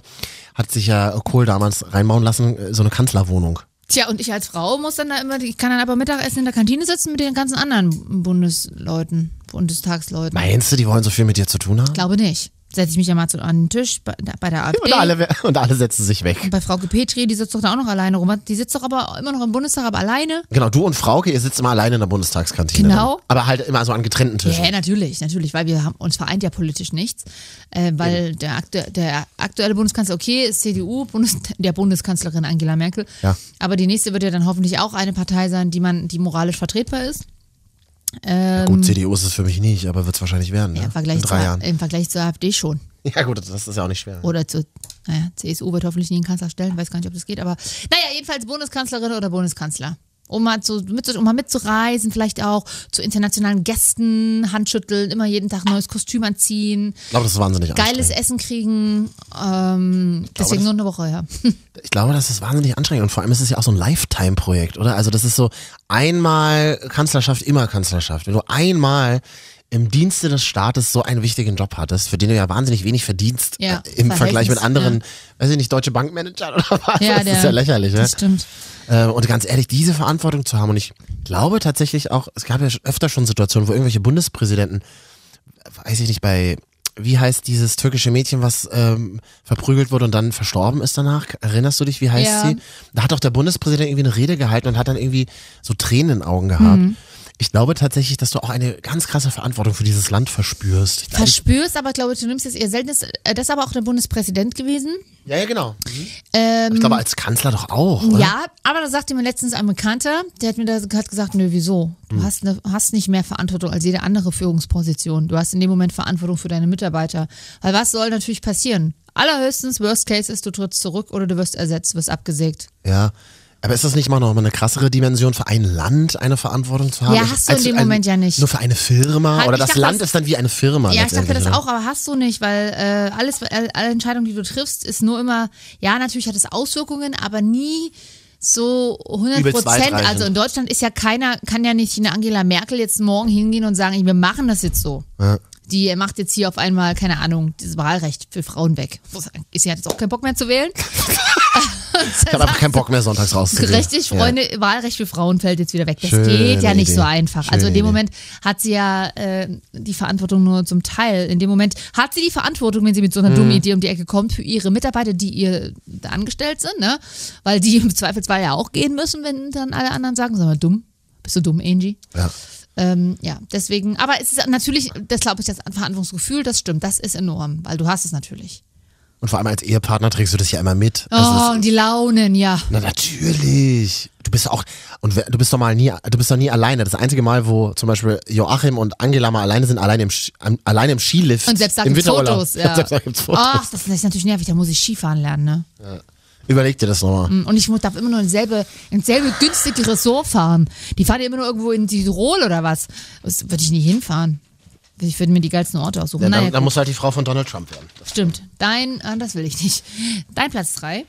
hat sich ja Kohl damals reinbauen lassen, äh, so eine Kanzlerwohnung.
Tja, und ich als Frau muss dann da immer, ich kann dann aber Mittagessen in der Kantine sitzen mit den ganzen anderen Bundesleuten, Bundestagsleuten.
Meinst du, die wollen so viel mit dir zu tun haben?
Ich glaube nicht. Setze ich mich ja mal zu, an den Tisch bei, bei der AfD.
Und alle, und alle setzen sich weg.
Und bei Frau Petri, die sitzt doch da auch noch alleine rum. Die sitzt doch aber immer noch im Bundestag, aber alleine.
Genau, du und Frauke, ihr sitzt immer alleine in der Bundestagskantine.
Genau.
Dann. Aber halt immer so an getrennten Tischen.
Ja, natürlich, natürlich, weil wir haben, uns vereint ja politisch nichts. Äh, weil der, aktu der aktuelle Bundeskanzler, okay, ist CDU, Bundes der Bundeskanzlerin Angela Merkel.
Ja.
Aber die nächste wird ja dann hoffentlich auch eine Partei sein, die man, die moralisch vertretbar ist. Ähm,
Gut, CDU ist es für mich nicht, aber wird es wahrscheinlich werden.
Ja,
ne?
im, Vergleich
In drei
zur,
Jahren.
Im Vergleich zur AfD schon.
Ja gut, das ist ja auch nicht schwer.
Oder zur naja, CSU wird hoffentlich nie einen Kanzler stellen, weiß gar nicht, ob das geht, aber naja, jedenfalls Bundeskanzlerin oder Bundeskanzler. Um mal, zu, mit, um mal mitzureisen, vielleicht auch zu internationalen Gästen, Handschütteln, immer jeden Tag neues Kostüm anziehen,
Ich glaube, das ist wahnsinnig
geiles
anstrengend.
Essen kriegen. Ähm, deswegen
das-
nur eine Woche, ja.
Ich glaube, das ist wahnsinnig anstrengend. Und vor allem ist es ja auch so ein Lifetime-Projekt, oder? Also das ist so einmal Kanzlerschaft, immer Kanzlerschaft. Wenn du einmal im Dienste des Staates so einen wichtigen Job hattest, für den du ja wahnsinnig wenig verdienst
Ja,
äh, im Vergleich
Verhältnis,
mit anderen, weiß ich nicht, deutsche Bankmanager oder was, das ist ja lächerlich. Ne?
Das stimmt.
Äh, Und ganz ehrlich, diese Verantwortung zu haben, und ich glaube tatsächlich auch, es gab ja sch- öfter schon Situationen, wo irgendwelche Bundespräsidenten, weiß ich nicht, bei, wie heißt dieses türkische Mädchen, was ähm, verprügelt wurde und dann verstorben ist danach? Erinnerst du dich, wie heißt
Ja.
sie? Da hat doch der Bundespräsident irgendwie eine Rede gehalten und hat dann irgendwie so Tränen in den Augen gehabt. Ich glaube tatsächlich, dass du auch eine ganz krasse Verantwortung für dieses Land verspürst. Ich glaube,
Verspürst, aber ich glaube, du nimmst jetzt eher selten. Das ist aber auch der Bundespräsident gewesen.
ja, ja, genau. Mhm. ich glaube, als Kanzler doch auch, oder?
Ja, aber da sagte mir letztens ein Bekannter, der hat mir da hat gesagt, nö, wieso? Du
Hm.
hast, ne, hast nicht mehr Verantwortung als jede andere Führungsposition. Du hast in dem Moment Verantwortung für deine Mitarbeiter. Weil was soll natürlich passieren? Allerhöchstens, worst case ist, du trittst zurück oder du wirst ersetzt, wirst abgesägt.
Ja. Aber ist das nicht mal noch mal eine krassere Dimension, für ein Land eine Verantwortung zu haben?
Ja,
Ich-
hast du in
als
dem
ein,
Moment ja nicht.
Nur für eine Firma?
Halt,
oder
ich
das
dachte,
Land
das-
ist dann wie eine Firma.
Ja, ich dachte das
letztendlich,
auch, aber hast du nicht, weil äh, alles, äh, alle Entscheidungen, die du triffst, ist nur immer, ja, natürlich hat es Auswirkungen, aber nie so 100
Übelst
Prozent.
weitreichend.
Also in Deutschland ist ja keiner, kann ja nicht eine Angela Merkel jetzt morgen hingehen und sagen, wir machen das jetzt so. Die macht jetzt hier auf einmal, keine Ahnung, das Wahlrecht für Frauen weg. Sie hat jetzt auch keinen Bock mehr zu wählen.
Ich habe einfach keinen Bock mehr, sonntags rauszugehen.
Richtig, Freunde, Wahlrecht für Frauen fällt jetzt wieder weg. Das
Schöne
geht ja nicht
Idee.
so einfach.
Schöne
also in
Idee.
dem Moment hat sie ja äh, die Verantwortung nur zum Teil. In dem Moment hat sie die Verantwortung, wenn sie mit so
Mhm.
einer dummen Idee um die Ecke kommt, für ihre Mitarbeiter, die ihr da angestellt sind, ne? Weil die im Zweifelsfall ja auch gehen müssen, wenn dann alle anderen sagen, sag mal, dumm. Bist du dumm, Angie?
Ja. Ja.
Ähm, ja, deswegen, aber es ist natürlich, das glaube ich, das Verantwortungsgefühl, das stimmt, das ist enorm, weil du hast es natürlich.
Und vor allem als Ehepartner trägst du das ja immer mit.
Oh,
Also es-
und die Launen, ja.
Na natürlich. Du bist auch und wer- du bist doch mal nie, du bist doch nie alleine. Das einzige Mal, wo zum Beispiel Joachim und Angela mal alleine sind, alleine im, Sch- am- alleine im Skilift
Und selbst da
im
gibt's
Winterurlaub.
Fotos. Ja. Ah.
Selbst da gibt's Fotos.
Ach, das ist natürlich nervig, da muss ich Skifahren lernen, ne?
Überleg dir das nochmal.
Und ich muss- darf immer nur dasselbe, dasselbe günstige Ressort fahren. Die fahren ja immer nur irgendwo in Tirol oder was. Das würde ich nie hinfahren. Ich würde mir die geilsten Orte aussuchen.
Ja, dann,
naja,
dann
gut,
muss halt die Frau von Donald Trump werden.
stimmt. Dein, ah, das will ich nicht. Dein Platz drei.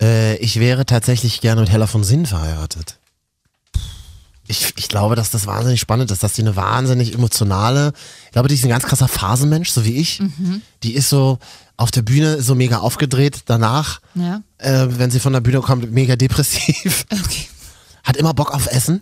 Äh, ich wäre tatsächlich gerne mit Hella von Sinn verheiratet. Ich, ich glaube, dass das wahnsinnig spannend ist, dass die eine wahnsinnig emotionale, ich glaube, die ist ein ganz krasser Phasenmensch, so wie ich. Die ist so auf der Bühne so mega aufgedreht, danach,
Ja.
äh, wenn sie von der Bühne kommt, mega depressiv.
Okay.
hat immer Bock auf Essen.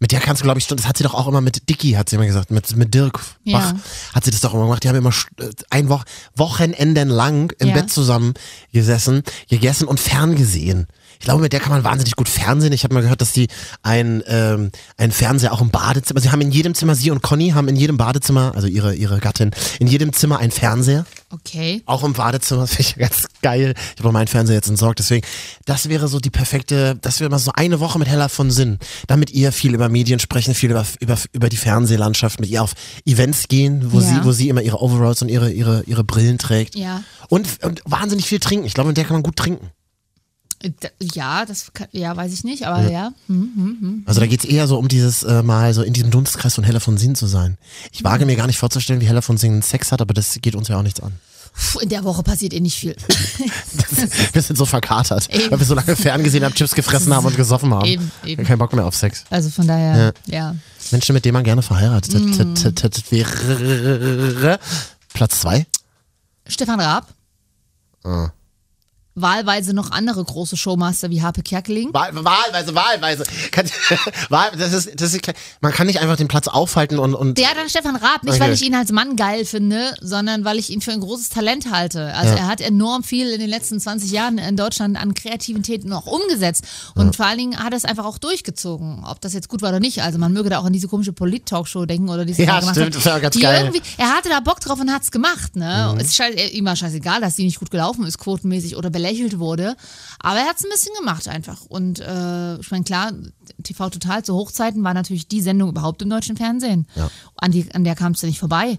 Mit der kannst du, glaube ich, das hat sie doch auch immer mit Dicky, hat sie immer gesagt, mit, mit Dirk
Ja.
Bach hat sie das doch immer gemacht. Die haben immer sch- äh, ein Woch Wochenenden lang im
Ja.
Bett zusammen gesessen, gegessen und ferngesehen. Ich glaube, mit der kann man wahnsinnig gut fernsehen. Ich habe mal gehört, dass die ein, ähm, ein Fernseher auch im Badezimmer, also sie haben in jedem Zimmer, sie und Conny haben in jedem Badezimmer, also ihre, ihre Gattin, in jedem Zimmer einen Fernseher.
Okay.
Auch im Badezimmer, das finde ich ganz geil. Ich habe meinen Fernseher jetzt entsorgt, deswegen, das wäre so die perfekte, das wäre mal so eine Woche mit Hella von Sinn. Dann mit ihr viel über Medien sprechen, viel über, über, über die Fernsehlandschaft, mit ihr auf Events gehen, wo,
Ja.
sie, wo sie immer ihre Overalls und ihre, ihre, ihre Brillen trägt.
Ja.
Und, und wahnsinnig viel trinken. Ich glaube, mit der kann man gut trinken.
Äh, da- Ja, das kann, ja, weiß ich nicht, aber ja. Hm, hm, hm.
Also da geht's eher so um dieses äh, mal so in diesem Dunstkreis von Hella von Sinn zu sein. Ich wage
Mhm.
mir gar nicht vorzustellen, wie Hella von Sinn Sex hat, aber das geht uns ja auch nichts an.
Puh, in der Woche passiert eh nicht viel.
Wir sind so verkatert,
Eben.
weil wir so lange ferngesehen haben, Chips gefressen haben und gesoffen haben.
Eben, eben.
Kein Bock mehr auf Sex.
Also von daher, ja.
Menschen, mit denen man gerne verheiratet
Mm.
t- t- t- wäre. Platz zwei.
Stefan Raab. Wahlweise noch andere große Showmaster wie Harpe Kerkeling.
Wahl, wahlweise, wahlweise. Kann, wahl, das ist, das ist, klar. man kann nicht einfach den Platz aufhalten und, und
Ja, dann Stefan Raab. Nicht, weil
Okay.
ich ihn als Mann geil finde, sondern weil ich ihn für ein großes Talent halte. Also er hat enorm viel in den letzten 20 Jahren in Deutschland an Kreativität noch umgesetzt. Und vor allen Dingen hat er es einfach auch durchgezogen. Ob das jetzt gut war oder nicht. Also man möge da auch an diese komische Polit-Talkshow denken oder diese
Ja, stimmt, das war ganz
die
geil. Mhm.
irgendwie, er hatte da Bock drauf und hat's gemacht. Ne? Es ist scheiß, ihm war scheißegal, dass die nicht gut gelaufen ist, quotenmäßig oder belächelt wurde. Aber er hat's ein bisschen gemacht einfach. Und äh, ich meine, klar, TV Total zu Hochzeiten war natürlich die Sendung überhaupt im deutschen Fernsehen. An, die, an der kamst du nicht vorbei.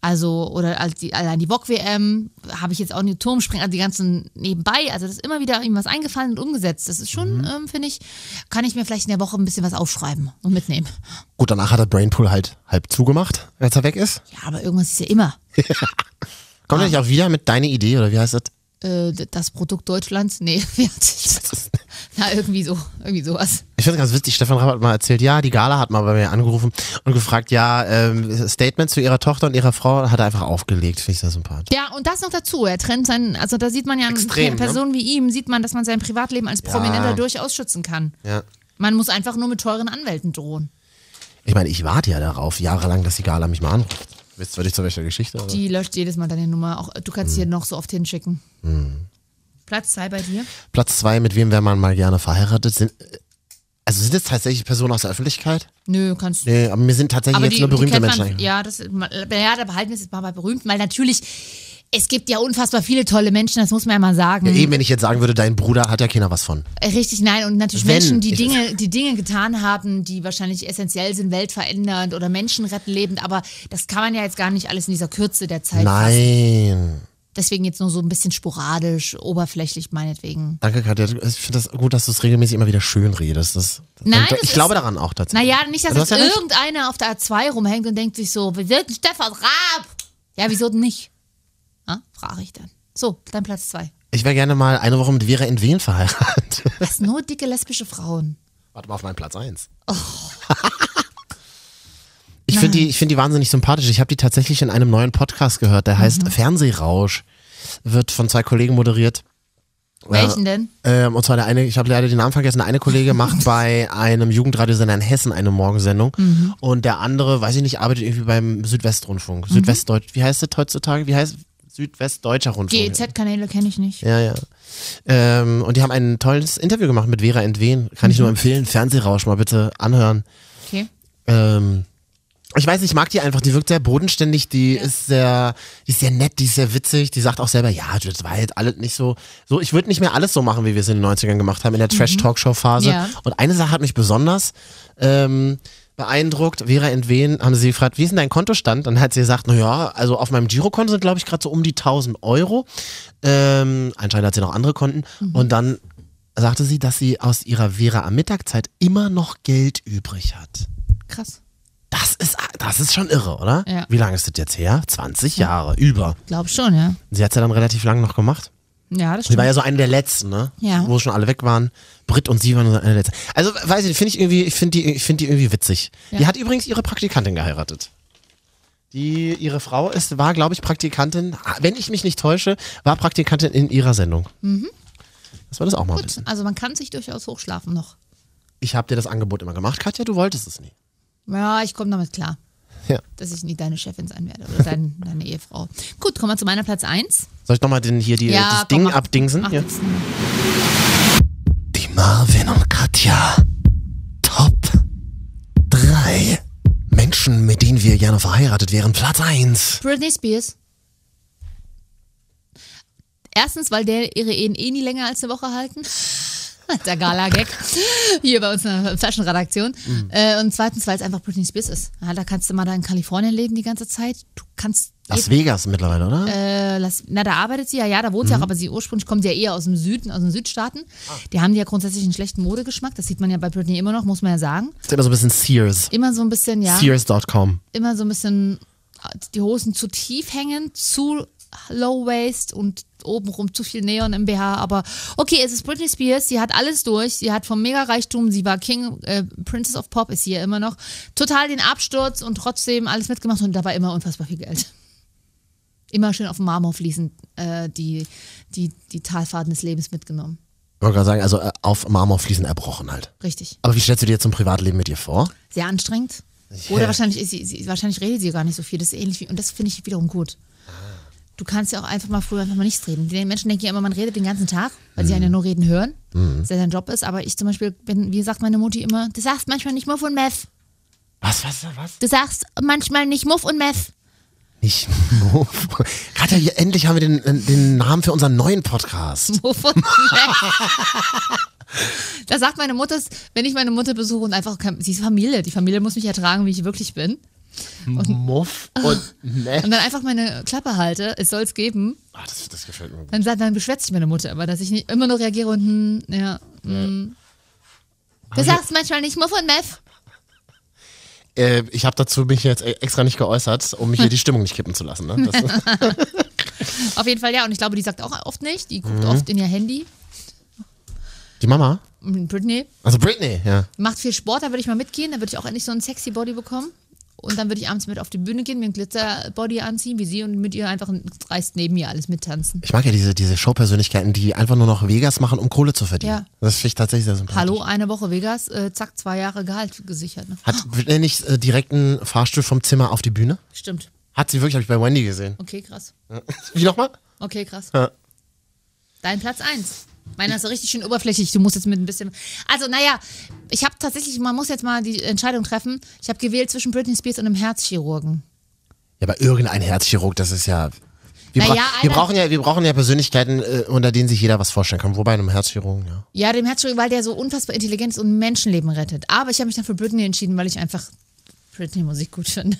Also, oder als die, allein die Bock-WM habe ich jetzt auch in den Turm springen, also die ganzen nebenbei. Also, das ist immer wieder ihm was eingefallen und umgesetzt. Das ist
Mhm.
schon, ähm, finde ich, kann ich mir vielleicht in der Woche ein bisschen was aufschreiben und mitnehmen.
gut, danach hat er Brainpool halt halb zugemacht, als er weg ist.
Ja, aber irgendwas ist ja immer.
Kommt er
Ah.
nicht auch wieder mit deine Idee oder wie heißt das?
äh, das Produkt Deutschlands? Nee, wie hat sich das? Na, irgendwie so, irgendwie sowas.
Ich finde ganz witzig, Stefan Raab hat mal erzählt, ja, die Gala hat mal bei mir angerufen und gefragt, ja, ähm, Statement zu ihrer Tochter und ihrer Frau hat er einfach aufgelegt. Finde ich sehr sympathisch.
Ja, und das noch dazu. Er trennt seinen, also da sieht man ja an
Extrem, ne?
Personen wie ihm, sieht man, dass man sein Privatleben als Prominenter durchaus schützen kann.
Ja.
Man muss einfach nur mit teuren Anwälten drohen.
Ich meine, ich warte ja darauf, jahrelang, dass die Gala mich mal anruft. Wisst ihr nicht zu welcher Geschichte? Aber.
Die löscht jedes Mal deine Nummer. Auch äh, du kannst hier
Mhm.
noch so oft hinschicken. Platz zwei bei dir.
Platz zwei, mit wem wäre man mal gerne verheiratet? Sind, also sind es tatsächlich Personen aus der Öffentlichkeit?
Nö, kannst du.
Nee, aber mir sind tatsächlich
Aber
jetzt
die,
nur berühmte
die kennt
Menschen.
man,
eingefallen.
ja, das, ja, da behalten wir es jetzt mal bei berühmt, weil natürlich, es gibt ja unfassbar viele tolle Menschen, das muss man ja mal sagen.
Eben, wenn ich jetzt sagen würde, dein Bruder hat ja keiner was von.
Richtig, nein. Und natürlich
Wenn
Menschen, die
ich-
Dinge, die Dinge getan haben, die wahrscheinlich essentiell sind, weltverändernd oder menschenrettend lebend. Aber das kann man ja jetzt gar nicht alles in dieser Kürze der Zeit. fassen.
Nein.
Deswegen jetzt nur so ein bisschen sporadisch, oberflächlich meinetwegen.
Danke, Katja. Ich finde das gut, dass du es regelmäßig immer wieder schön redest. Das,
Nein,
und,
das
ich
ist-
glaube daran auch tatsächlich.
Naja, nicht, dass
Du hast
jetzt
ja recht.
irgendeiner auf der A2 rumhängt und denkt sich so, wir wirken Stefan Raab. Ja, wieso denn nicht? Ah, frage ich dann. So, dann Platz zwei.
Ich wäre gerne mal eine Woche mit Vera in Wien verheiratet.
Was nur dicke lesbische Frauen.
Warte mal auf meinen Platz 1.
Oh.
ich finde die, ich find die wahnsinnig sympathisch. Ich habe die tatsächlich in
Mhm.
einem neuen Podcast gehört, der heißt Fernsehrausch. Wird von zwei Kollegen moderiert. Äh,
Welchen denn?
Ähm, und zwar der eine, ich habe leider den Namen vergessen, der eine Kollege macht bei einem Jugendradiosender in Hessen eine Morgensendung
Mhm.
und der andere, weiß ich nicht, arbeitet irgendwie beim Südwestrundfunk. Südwestdeutsch, wie heißt das heutzutage? Wie heißt Südwestdeutscher Rundfunk?
GEZ-Kanäle E kenne ich nicht.
Ja, ja. Ähm, und die haben ein tolles Interview gemacht mit Vera Entwen. Kann ich nur empfehlen. Fernsehrausch mal bitte anhören.
Okay.
Ähm, ich weiß, nicht, ich mag die einfach. Die wirkt sehr bodenständig. Die ist sehr, die ist sehr nett, die ist sehr witzig. Die sagt auch selber, ja, das war halt alles nicht so. So, ich würde nicht mehr alles so machen, wie wir es in den 90ern gemacht haben, in der Trash-Talkshow-Phase.
Ja.
Und eine Sache hat mich besonders ähm, beeindruckt. Vera Entwen haben sie gefragt, wie ist denn dein Kontostand? Dann hat sie gesagt, naja, also auf meinem Girokonto sind, glaube ich, gerade so um die 1000 Euro. Ähm, anscheinend hat sie noch andere Konten. Und dann sagte sie, dass sie aus ihrer Vera am Mittagzeit immer noch Geld übrig hat.
Krass.
Das ist, das ist schon irre, oder?
Ja.
Wie lange ist das jetzt her? 20 Jahre, über.
Glaub schon, ja.
Sie hat es ja dann relativ lang noch gemacht.
Ja, das
Sie war
stimmt.
ja so eine der letzten, ne?
Ja.
Wo schon alle weg waren. Britt und sie waren so eine der letzten. Also, weiß ich, nicht, finde ich irgendwie, ich finde die, ich finde die irgendwie witzig. Die hat übrigens ihre Praktikantin geheiratet. Die, ihre Frau ist, war, glaube ich, Praktikantin, wenn ich mich nicht täusche, war Praktikantin in ihrer Sendung. Mhm. Das war das auch mal wissen.
Also man kann sich durchaus hochschlafen noch.
Ich habe dir das Angebot immer gemacht, Katja, du wolltest es nie.
Ja, ich komme damit klar,
Ja.
dass ich nie deine Chefin sein werde oder dein, deine Ehefrau. Gut, kommen wir zu meiner Platz 1.
Soll ich nochmal hier die, das Ding abdingsen?
Mach
Ja.
nix.
Die Marvin und Katja. Top 3. Menschen, mit denen wir gerne verheiratet wären. Platz 1.
Britney Spears. Erstens, weil der ihre Ehen eh nie länger als eine Woche halten. Der Gala-Gag. Hier bei uns in der Fashion-Redaktion.
Mhm.
Äh, und zweitens, weil es einfach Britney Spears ist. Ja, da kannst du mal da in Kalifornien leben die ganze Zeit. Du kannst.
Las Vegas mittlerweile, oder?
Äh, Las- na, da arbeitet sie ja, ja, da wohnt sie auch, aber sie ursprünglich kommt sie ja eher aus dem Süden, aus den Südstaaten. Die haben ja grundsätzlich einen schlechten Modegeschmack, das sieht man ja bei Britney immer noch, muss man ja sagen.
ist immer so ein bisschen Sears.
Immer so ein bisschen, ja,
Sears.com.
immer so ein bisschen die Hosen zu tief hängen, zu low waist und obenrum zu viel Neon im BH, aber okay, es ist Britney Spears, sie hat alles durch, sie hat vom Mega-Reichtum, sie war King, äh, Princess of Pop ist sie ja immer noch, total den Absturz und trotzdem alles mitgemacht und dabei immer unfassbar viel Geld immer schön auf dem Marmor fließend äh, die, die, die Talfahrten des Lebens mitgenommen.
Ich wollte gerade sagen, also äh, auf Marmor fließen erbrochen halt.
Richtig.
Aber wie stellst du dir jetzt so ein Privatleben mit ihr vor?
Sehr anstrengend.
Ja.
Oder wahrscheinlich, ist sie, sie, wahrscheinlich redet sie gar nicht so viel. Das ist ähnlich wie, und das finde ich wiederum gut. Du kannst ja auch einfach mal früher einfach mal nichts reden. Die Menschen denken ja immer, man redet den ganzen Tag, weil sie einen ja nur reden hören, dass ja dein Job ist. Aber ich zum Beispiel, bin, wie sagt meine Mutti immer, du sagst manchmal nicht Muff und Meth.
Was, was, was?
Du sagst manchmal nicht Muff und Meth.
Nicht Muff. Katja, hier, endlich haben wir den, äh, den Namen für unseren neuen Podcast.
Muff und Meth. Da sagt meine Mutter, wenn ich meine Mutter besuche und einfach, kein- sie ist Familie, die Familie muss mich ertragen, wie ich wirklich bin.
Muff und Meth.
und dann einfach meine Klappe halte, es soll's geben,
Ah, das, das gefällt mir gut.
dann, sagt, dann beschwert sich meine Mutter immer, dass ich nicht, immer nur reagiere und hm, ja. Hm. Du sagst manchmal nicht Muff und Meth.
Äh, ich habe dazu mich jetzt e- extra nicht geäußert, um hier die Stimmung nicht kippen zu lassen. Ne? Das,
Auf jeden Fall ja. Und ich glaube, die sagt auch oft nicht. Die guckt oft in ihr Handy. Hm,
Die Mama?
Britney
Also Britney, ja.
macht viel Sport, da würde ich mal mitgehen. Da würde ich auch endlich so einen sexy Body bekommen. Und dann würde ich abends mit auf die Bühne gehen, mir einen Glitterbody anziehen, wie sie und mit ihr einfach dreist neben ihr alles mittanzen.
Ich mag ja diese, diese Showpersönlichkeiten, die einfach nur noch Vegas machen, um Kohle zu verdienen.
Ja.
Das finde ich tatsächlich sehr sympathisch.
Hallo, eine Woche Vegas, äh, zack, zwei Jahre Gehalt gesichert. Ne?
Hat Britney nicht äh, direkt einen Fahrstuhl vom Zimmer auf die Bühne?
Stimmt.
Hat sie wirklich, habe ich bei Wendy gesehen.
Okay, krass.
Wie nochmal?
Okay, krass.
Ja.
Dein Platz 1. Meiner ist so richtig schön oberflächlich. Du musst jetzt mit ein bisschen. Also, naja, ich habe tatsächlich, man muss jetzt mal die Entscheidung treffen. Ich habe gewählt zwischen Britney Spears und einem Herzchirurgen.
Ja, aber irgendein Herzchirurg, das ist ja. Wir,
Na
bra
ja,
wir,
einer-
brauchen ja, wir brauchen ja Persönlichkeiten, äh, unter denen sich jeder was vorstellen kann. Wobei einem Herzchirurgen, ja.
Ja, dem Herzchirurgen, weil der so unfassbar intelligent ist und Menschenleben rettet. Aber ich habe mich dann für Britney entschieden, weil ich einfach Britney-Musik gut finde.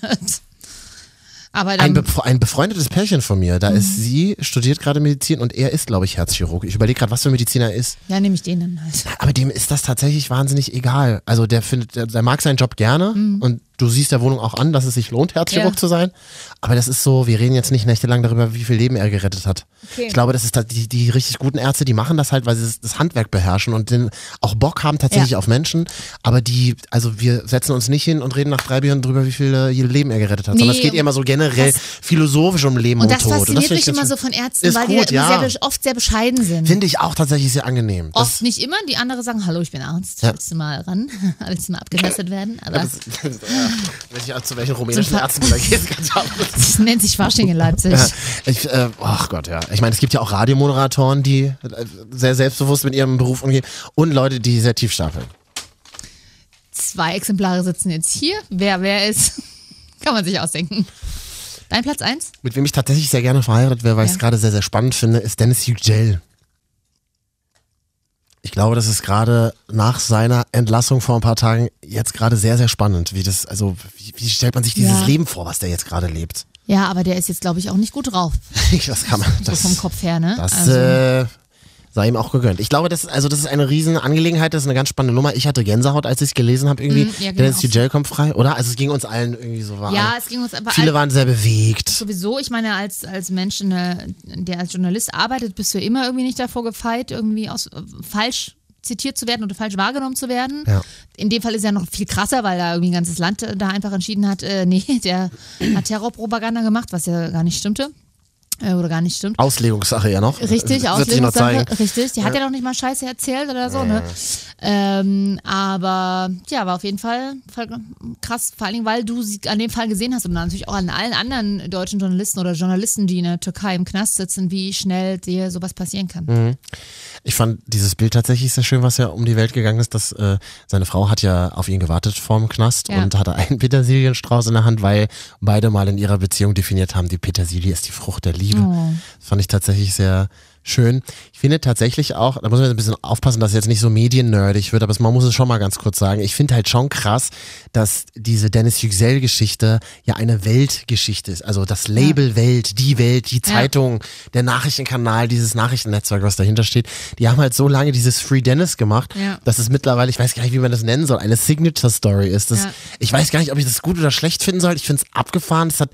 Aber
Ein,
dann. Mhm.
befre ein befreundetes Pärchen von mir, da ist sie, studiert gerade Medizin und er ist, glaube ich, Herzchirurg. Ich überlege gerade, was für ein Mediziner er ist.
ja, nehme ich den dann halt.
Aber dem ist das tatsächlich wahnsinnig egal. Also der findet, der, der mag seinen Job gerne und du siehst der Wohnung auch an, dass es sich lohnt, Herzchirurg
Mhm. Ja.
zu sein. Aber das ist so, wir reden jetzt nicht nächtelang darüber, wie viel Leben er gerettet hat.
Okay.
Ich glaube, das ist da, die, die richtig guten Ärzte, die machen das halt, weil sie das, das Handwerk beherrschen und den auch Bock haben tatsächlich
Ja.
auf Menschen. Aber die, also wir setzen uns nicht hin und reden nach drei Bieren drüber, wie viel äh, ihr Leben er gerettet hat, sondern
Nee,
es geht eher mal so generell philosophisch um Leben
Und das
und Tod. Und
fasziniert
finde ich
mich immer
ganz-
so von Ärzten,
Ist
weil
gut,
die ja.
ja.
immer sehr, oft sehr bescheiden sind.
Finde ich auch tatsächlich sehr angenehm. Das-
Oft nicht immer. Die anderen sagen, hallo, ich bin Arzt.
Ja.
Willst du mal ran? Willst du mal abgetestet werden? Aber
Das, das, ja, weiß ich auch, zu welchen rumänischen
Zum Ver-
Ärzten du da gehst. Ganz
das nennt sich Fasching in Leipzig.
ich, äh, ach Gott, ja. Ich meine, es gibt ja auch Radiomoderatoren, die äh, sehr selbstbewusst mit ihrem Beruf umgehen und Leute, die sehr tief stapeln.
Zwei Exemplare sitzen jetzt hier. Wer wer ist, kann man sich ausdenken. Dein Platz eins?
Mit wem ich tatsächlich sehr gerne verheiratet wäre, weil ich es
Ja.
gerade sehr, sehr spannend finde, ist Dennis Yücel. Ich glaube, das ist gerade nach seiner Entlassung vor ein paar Tagen jetzt gerade sehr, sehr spannend. Wie das, also, wie, wie stellt man sich dieses
Ja.
Leben vor, was der jetzt gerade lebt?
Ja, aber der ist jetzt, glaube ich, auch nicht gut drauf.
das kann man, das,
so vom Kopf her, ne?
Das
Also-
äh, sei ihm auch gegönnt. Ich glaube, das ist, also das ist eine riesen Angelegenheit, das ist eine ganz spannende Nummer. Ich hatte Gänsehaut, als ich es gelesen habe irgendwie.
Mm, ja, ging
Dennis
mir auch so.
Yücel kommt frei, oder? Also es ging uns allen irgendwie so war.
ja, es ging uns aber
Viele
all,
waren sehr bewegt.
sowieso. Ich meine, als, als Mensch, ne, der als Journalist arbeitet, bist du immer irgendwie nicht davor gefeit, irgendwie aus, äh, falsch zitiert zu werden oder falsch wahrgenommen zu werden.
Ja.
In dem Fall ist ja noch viel krasser, weil da irgendwie ein ganzes Land äh, da einfach entschieden hat, äh, nee, der hat Terrorpropaganda gemacht, was ja gar nicht stimmte. Äh, oder gar nicht stimmt.
Auslegungssache ja noch.
Richtig,
Das Äh, Wird sich noch
Auslegungssache,
zeigen.
richtig. Die hat ja noch nicht mal Scheiße erzählt oder so, ne? Ähm, aber ja, war auf jeden Fall voll krass, vor allen Dingen, weil du sie an dem Fall gesehen hast und dann natürlich auch an allen anderen deutschen Journalisten oder Journalisten, die in der Türkei im Knast sitzen, wie schnell dir sowas passieren kann.
Hm. Ich fand dieses Bild tatsächlich sehr schön, was ja um die Welt gegangen ist, dass äh, seine Frau hat ja auf ihn gewartet vorm Knast
Ja.
und hatte einen Petersilienstrauß in der Hand, weil beide mal in ihrer Beziehung definiert haben, die Petersilie ist die Frucht der Liebe.
Hm.
Das fand ich tatsächlich sehr schön. Ich finde tatsächlich auch, da muss man ein bisschen aufpassen, dass es jetzt nicht so mediennerdig wird, aber man muss es schon mal ganz kurz sagen. Ich finde halt schon krass, dass diese Dennis Yücel-Geschichte ja eine Weltgeschichte ist. Also das Label Welt, die Welt, die Zeit
Ja.
Zeitung, der Nachrichtenkanal, dieses Nachrichtennetzwerk, was dahinter steht, die haben halt so lange dieses Free Dennis gemacht,
Ja.
dass es mittlerweile, ich weiß gar nicht, wie man das nennen soll, eine Signature Story ist. Das,
Ja.
Ich weiß gar nicht, ob ich das gut oder schlecht finden soll. Ich finde es abgefahren. Es hat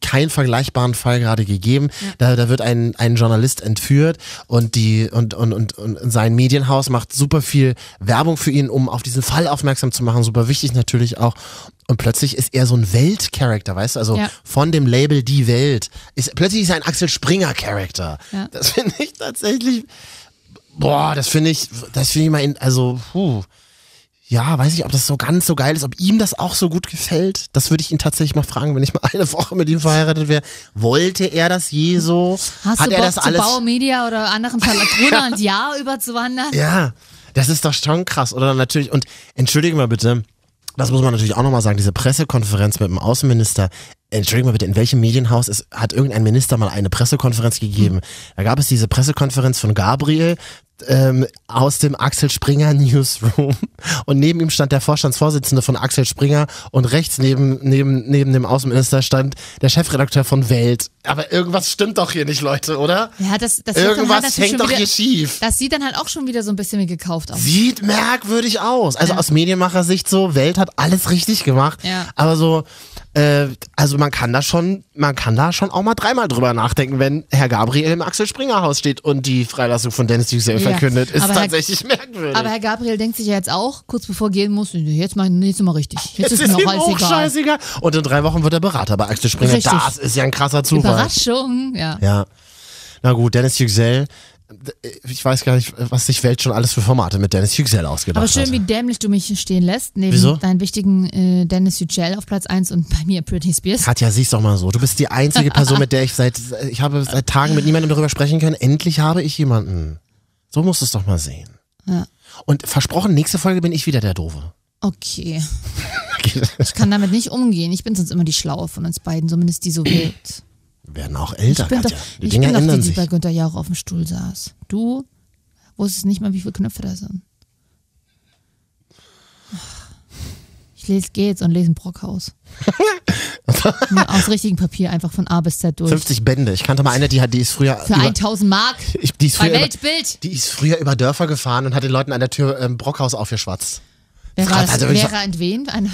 keinen vergleichbaren Fall gerade gegeben. Da, da wird ein, ein Journalist entführt und die und, und, und, und sein Medienhaus macht super viel Werbung für ihn, um auf diesen Fall aufmerksam zu machen. Super wichtig natürlich auch. Und plötzlich ist er so ein Weltcharakter, weißt du? Also
Ja.
von dem Label Die Welt. Ist, plötzlich ist er ein Axel Springer-Charakter.
Ja.
Das finde ich tatsächlich. Boah, das finde ich, das finde ich mal, in, also, puh. Ja, weiß ich, ob das so ganz so geil ist, ob ihm das auch so gut gefällt. Das würde ich ihn tatsächlich mal fragen, wenn ich mal eine Woche mit ihm verheiratet wäre. Wollte er das je so?
Hast
Hat
du
er
Bock
das
zu
alles?
Bauer Media oder anderen Verlagrunern ein Jahr überzuwandern?
Ja, das ist doch schon krass, oder? Natürlich, und entschuldigen mal bitte, das muss man natürlich auch nochmal sagen, diese Pressekonferenz mit dem Außenminister. Entschuldigen mal bitte, in welchem Medienhaus ist, hat irgendein Minister mal eine Pressekonferenz gegeben? Da gab es diese Pressekonferenz von Gabriel ähm, aus dem Axel Springer Newsroom und neben ihm stand der Vorstandsvorsitzende von Axel Springer und rechts neben, neben, neben dem Außenminister stand der Chefredakteur von Welt. Aber irgendwas stimmt doch hier nicht, Leute, oder?
Ja, das, das wirkt dann halt
Irgendwas
natürlich
hängt
schon
doch
wieder,
hier schief.
Das sieht dann halt auch schon wieder so ein bisschen wie gekauft aus.
Sieht merkwürdig aus. Also aus Medienmacher-Sicht so, Welt hat alles richtig gemacht.
Ja.
Aber so, äh, also man kann da schon, man kann da schon auch mal dreimal drüber nachdenken, wenn Herr Gabriel im Axel Springer Haus steht und die Freilassung von Dennis Yücel
Ja.
verkündet. Ist
Aber Herr-
tatsächlich merkwürdig.
Aber Herr Gabriel denkt sich ja jetzt auch, kurz bevor er gehen muss, nee, jetzt mal, nee, jetzt mal richtig. Jetzt, ist mir
ihm
noch alles
auch
egal.
scheißegal. Und in drei Wochen wird er Berater bei Axel Springer.
Richtig.
Das ist ja ein krasser Zufall.
Überraschung, ja.
Ja. Na gut, Dennis Yücel. Ich weiß gar nicht, was sich Welt schon alles für Formate mit Dennis Yücel ausgedacht
Aber schön,
hat.
wie dämlich du mich stehen lässt, neben
Wieso?
deinen wichtigen äh, Dennis Yücel auf Platz 1 und bei mir Britney Spears.
Katja, sieh's doch mal so. Du bist die einzige Person, mit der ich seit, ich habe seit Tagen mit niemandem darüber sprechen können. Endlich habe ich jemanden. So musst du es doch mal sehen.
Ja.
Und versprochen, nächste Folge bin ich wieder der Doofe.
Okay, kann damit nicht umgehen. Ich bin sonst immer die Schlaue von uns beiden, zumindest die so wählt.
Wir werden auch älter,
Ich bin doch,
Katja. Die
ich
Dinge
bin doch die,
ändern
die
sich.
bei Günther Jauch auf dem Stuhl saß. Du wusstest nicht mal, wie viele Knöpfe da sind. Ich lese Gates und lese ein Brockhaus. Nur Aus richtigem Papier, einfach von A bis Z durch.
50 Bände. Ich kannte mal eine, die hat, die ist früher.
Für
über-
1000 Mark.
ich, die ist
Bei
früher über,
Weltbild.
die ist früher über Dörfer gefahren und hat den Leuten an der Tür ähm, Brockhaus aufgeschwatzt.
Wer war
Gott,
das?
also wirklich-
Vera entwen? Eine,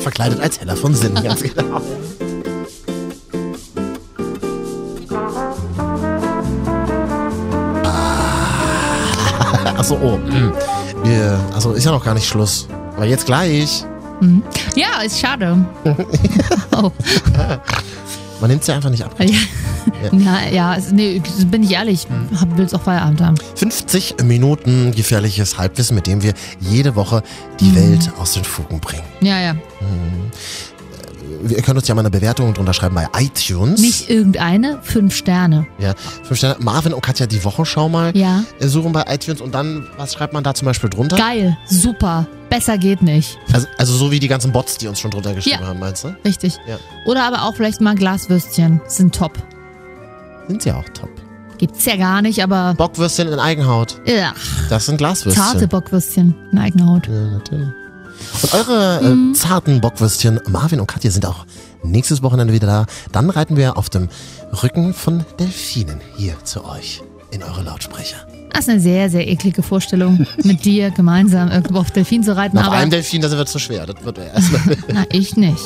Verkleidet als Heller von Sinn, ganz genau. Ah. Achso, oh. hm. Wir, also ist ja noch gar nicht Schluss. Aber jetzt gleich.
Ja, ist schade. oh.
Man nimmt sie einfach nicht ab.
Ja, ja, ja es- nee, bin ich ehrlich, hab, will's auch Feierabend haben.
50 Minuten gefährliches Halbwissen, mit dem wir jede Woche die Welt aus den Fugen bringen.
Ja, ja.
Ihr könnt uns ja mal eine Bewertung drunter schreiben bei iTunes.
Nicht irgendeine, fünf Sterne.
Ja, fünf Sterne. Marvin und Katja, die Wochenschau mal
Ja.
äh, suchen bei iTunes und dann, was schreibt man da zum Beispiel drunter?
Geil, super, besser geht nicht.
Also, also so wie die ganzen Bots, die uns schon drunter geschrieben
Ja.
haben, meinst du?
Richtig.
Ja.
Oder aber auch vielleicht mal Glaswürstchen. Sind top.
Sind sie auch top.
Gibt's ja gar nicht, aber
Bockwürstchen in Eigenhaut.
ja,
Das äh, sind Glaswürstchen.
zarte Bockwürstchen in eigener Haut.
Ja, natürlich. Und eure
Mhm.
äh, zarten Bockwürstchen, Marvin und Katja, sind auch nächstes Wochenende wieder da. Dann reiten wir auf dem Rücken von Delfinen hier zu euch in eure Lautsprecher.
Das ist eine sehr, sehr eklige Vorstellung, mit dir gemeinsam irgendwo auf Delfin zu reiten.
Nach
aber
einem Delfin, da sind wir zu schwer. Das wird erstmal.
na, ich nicht.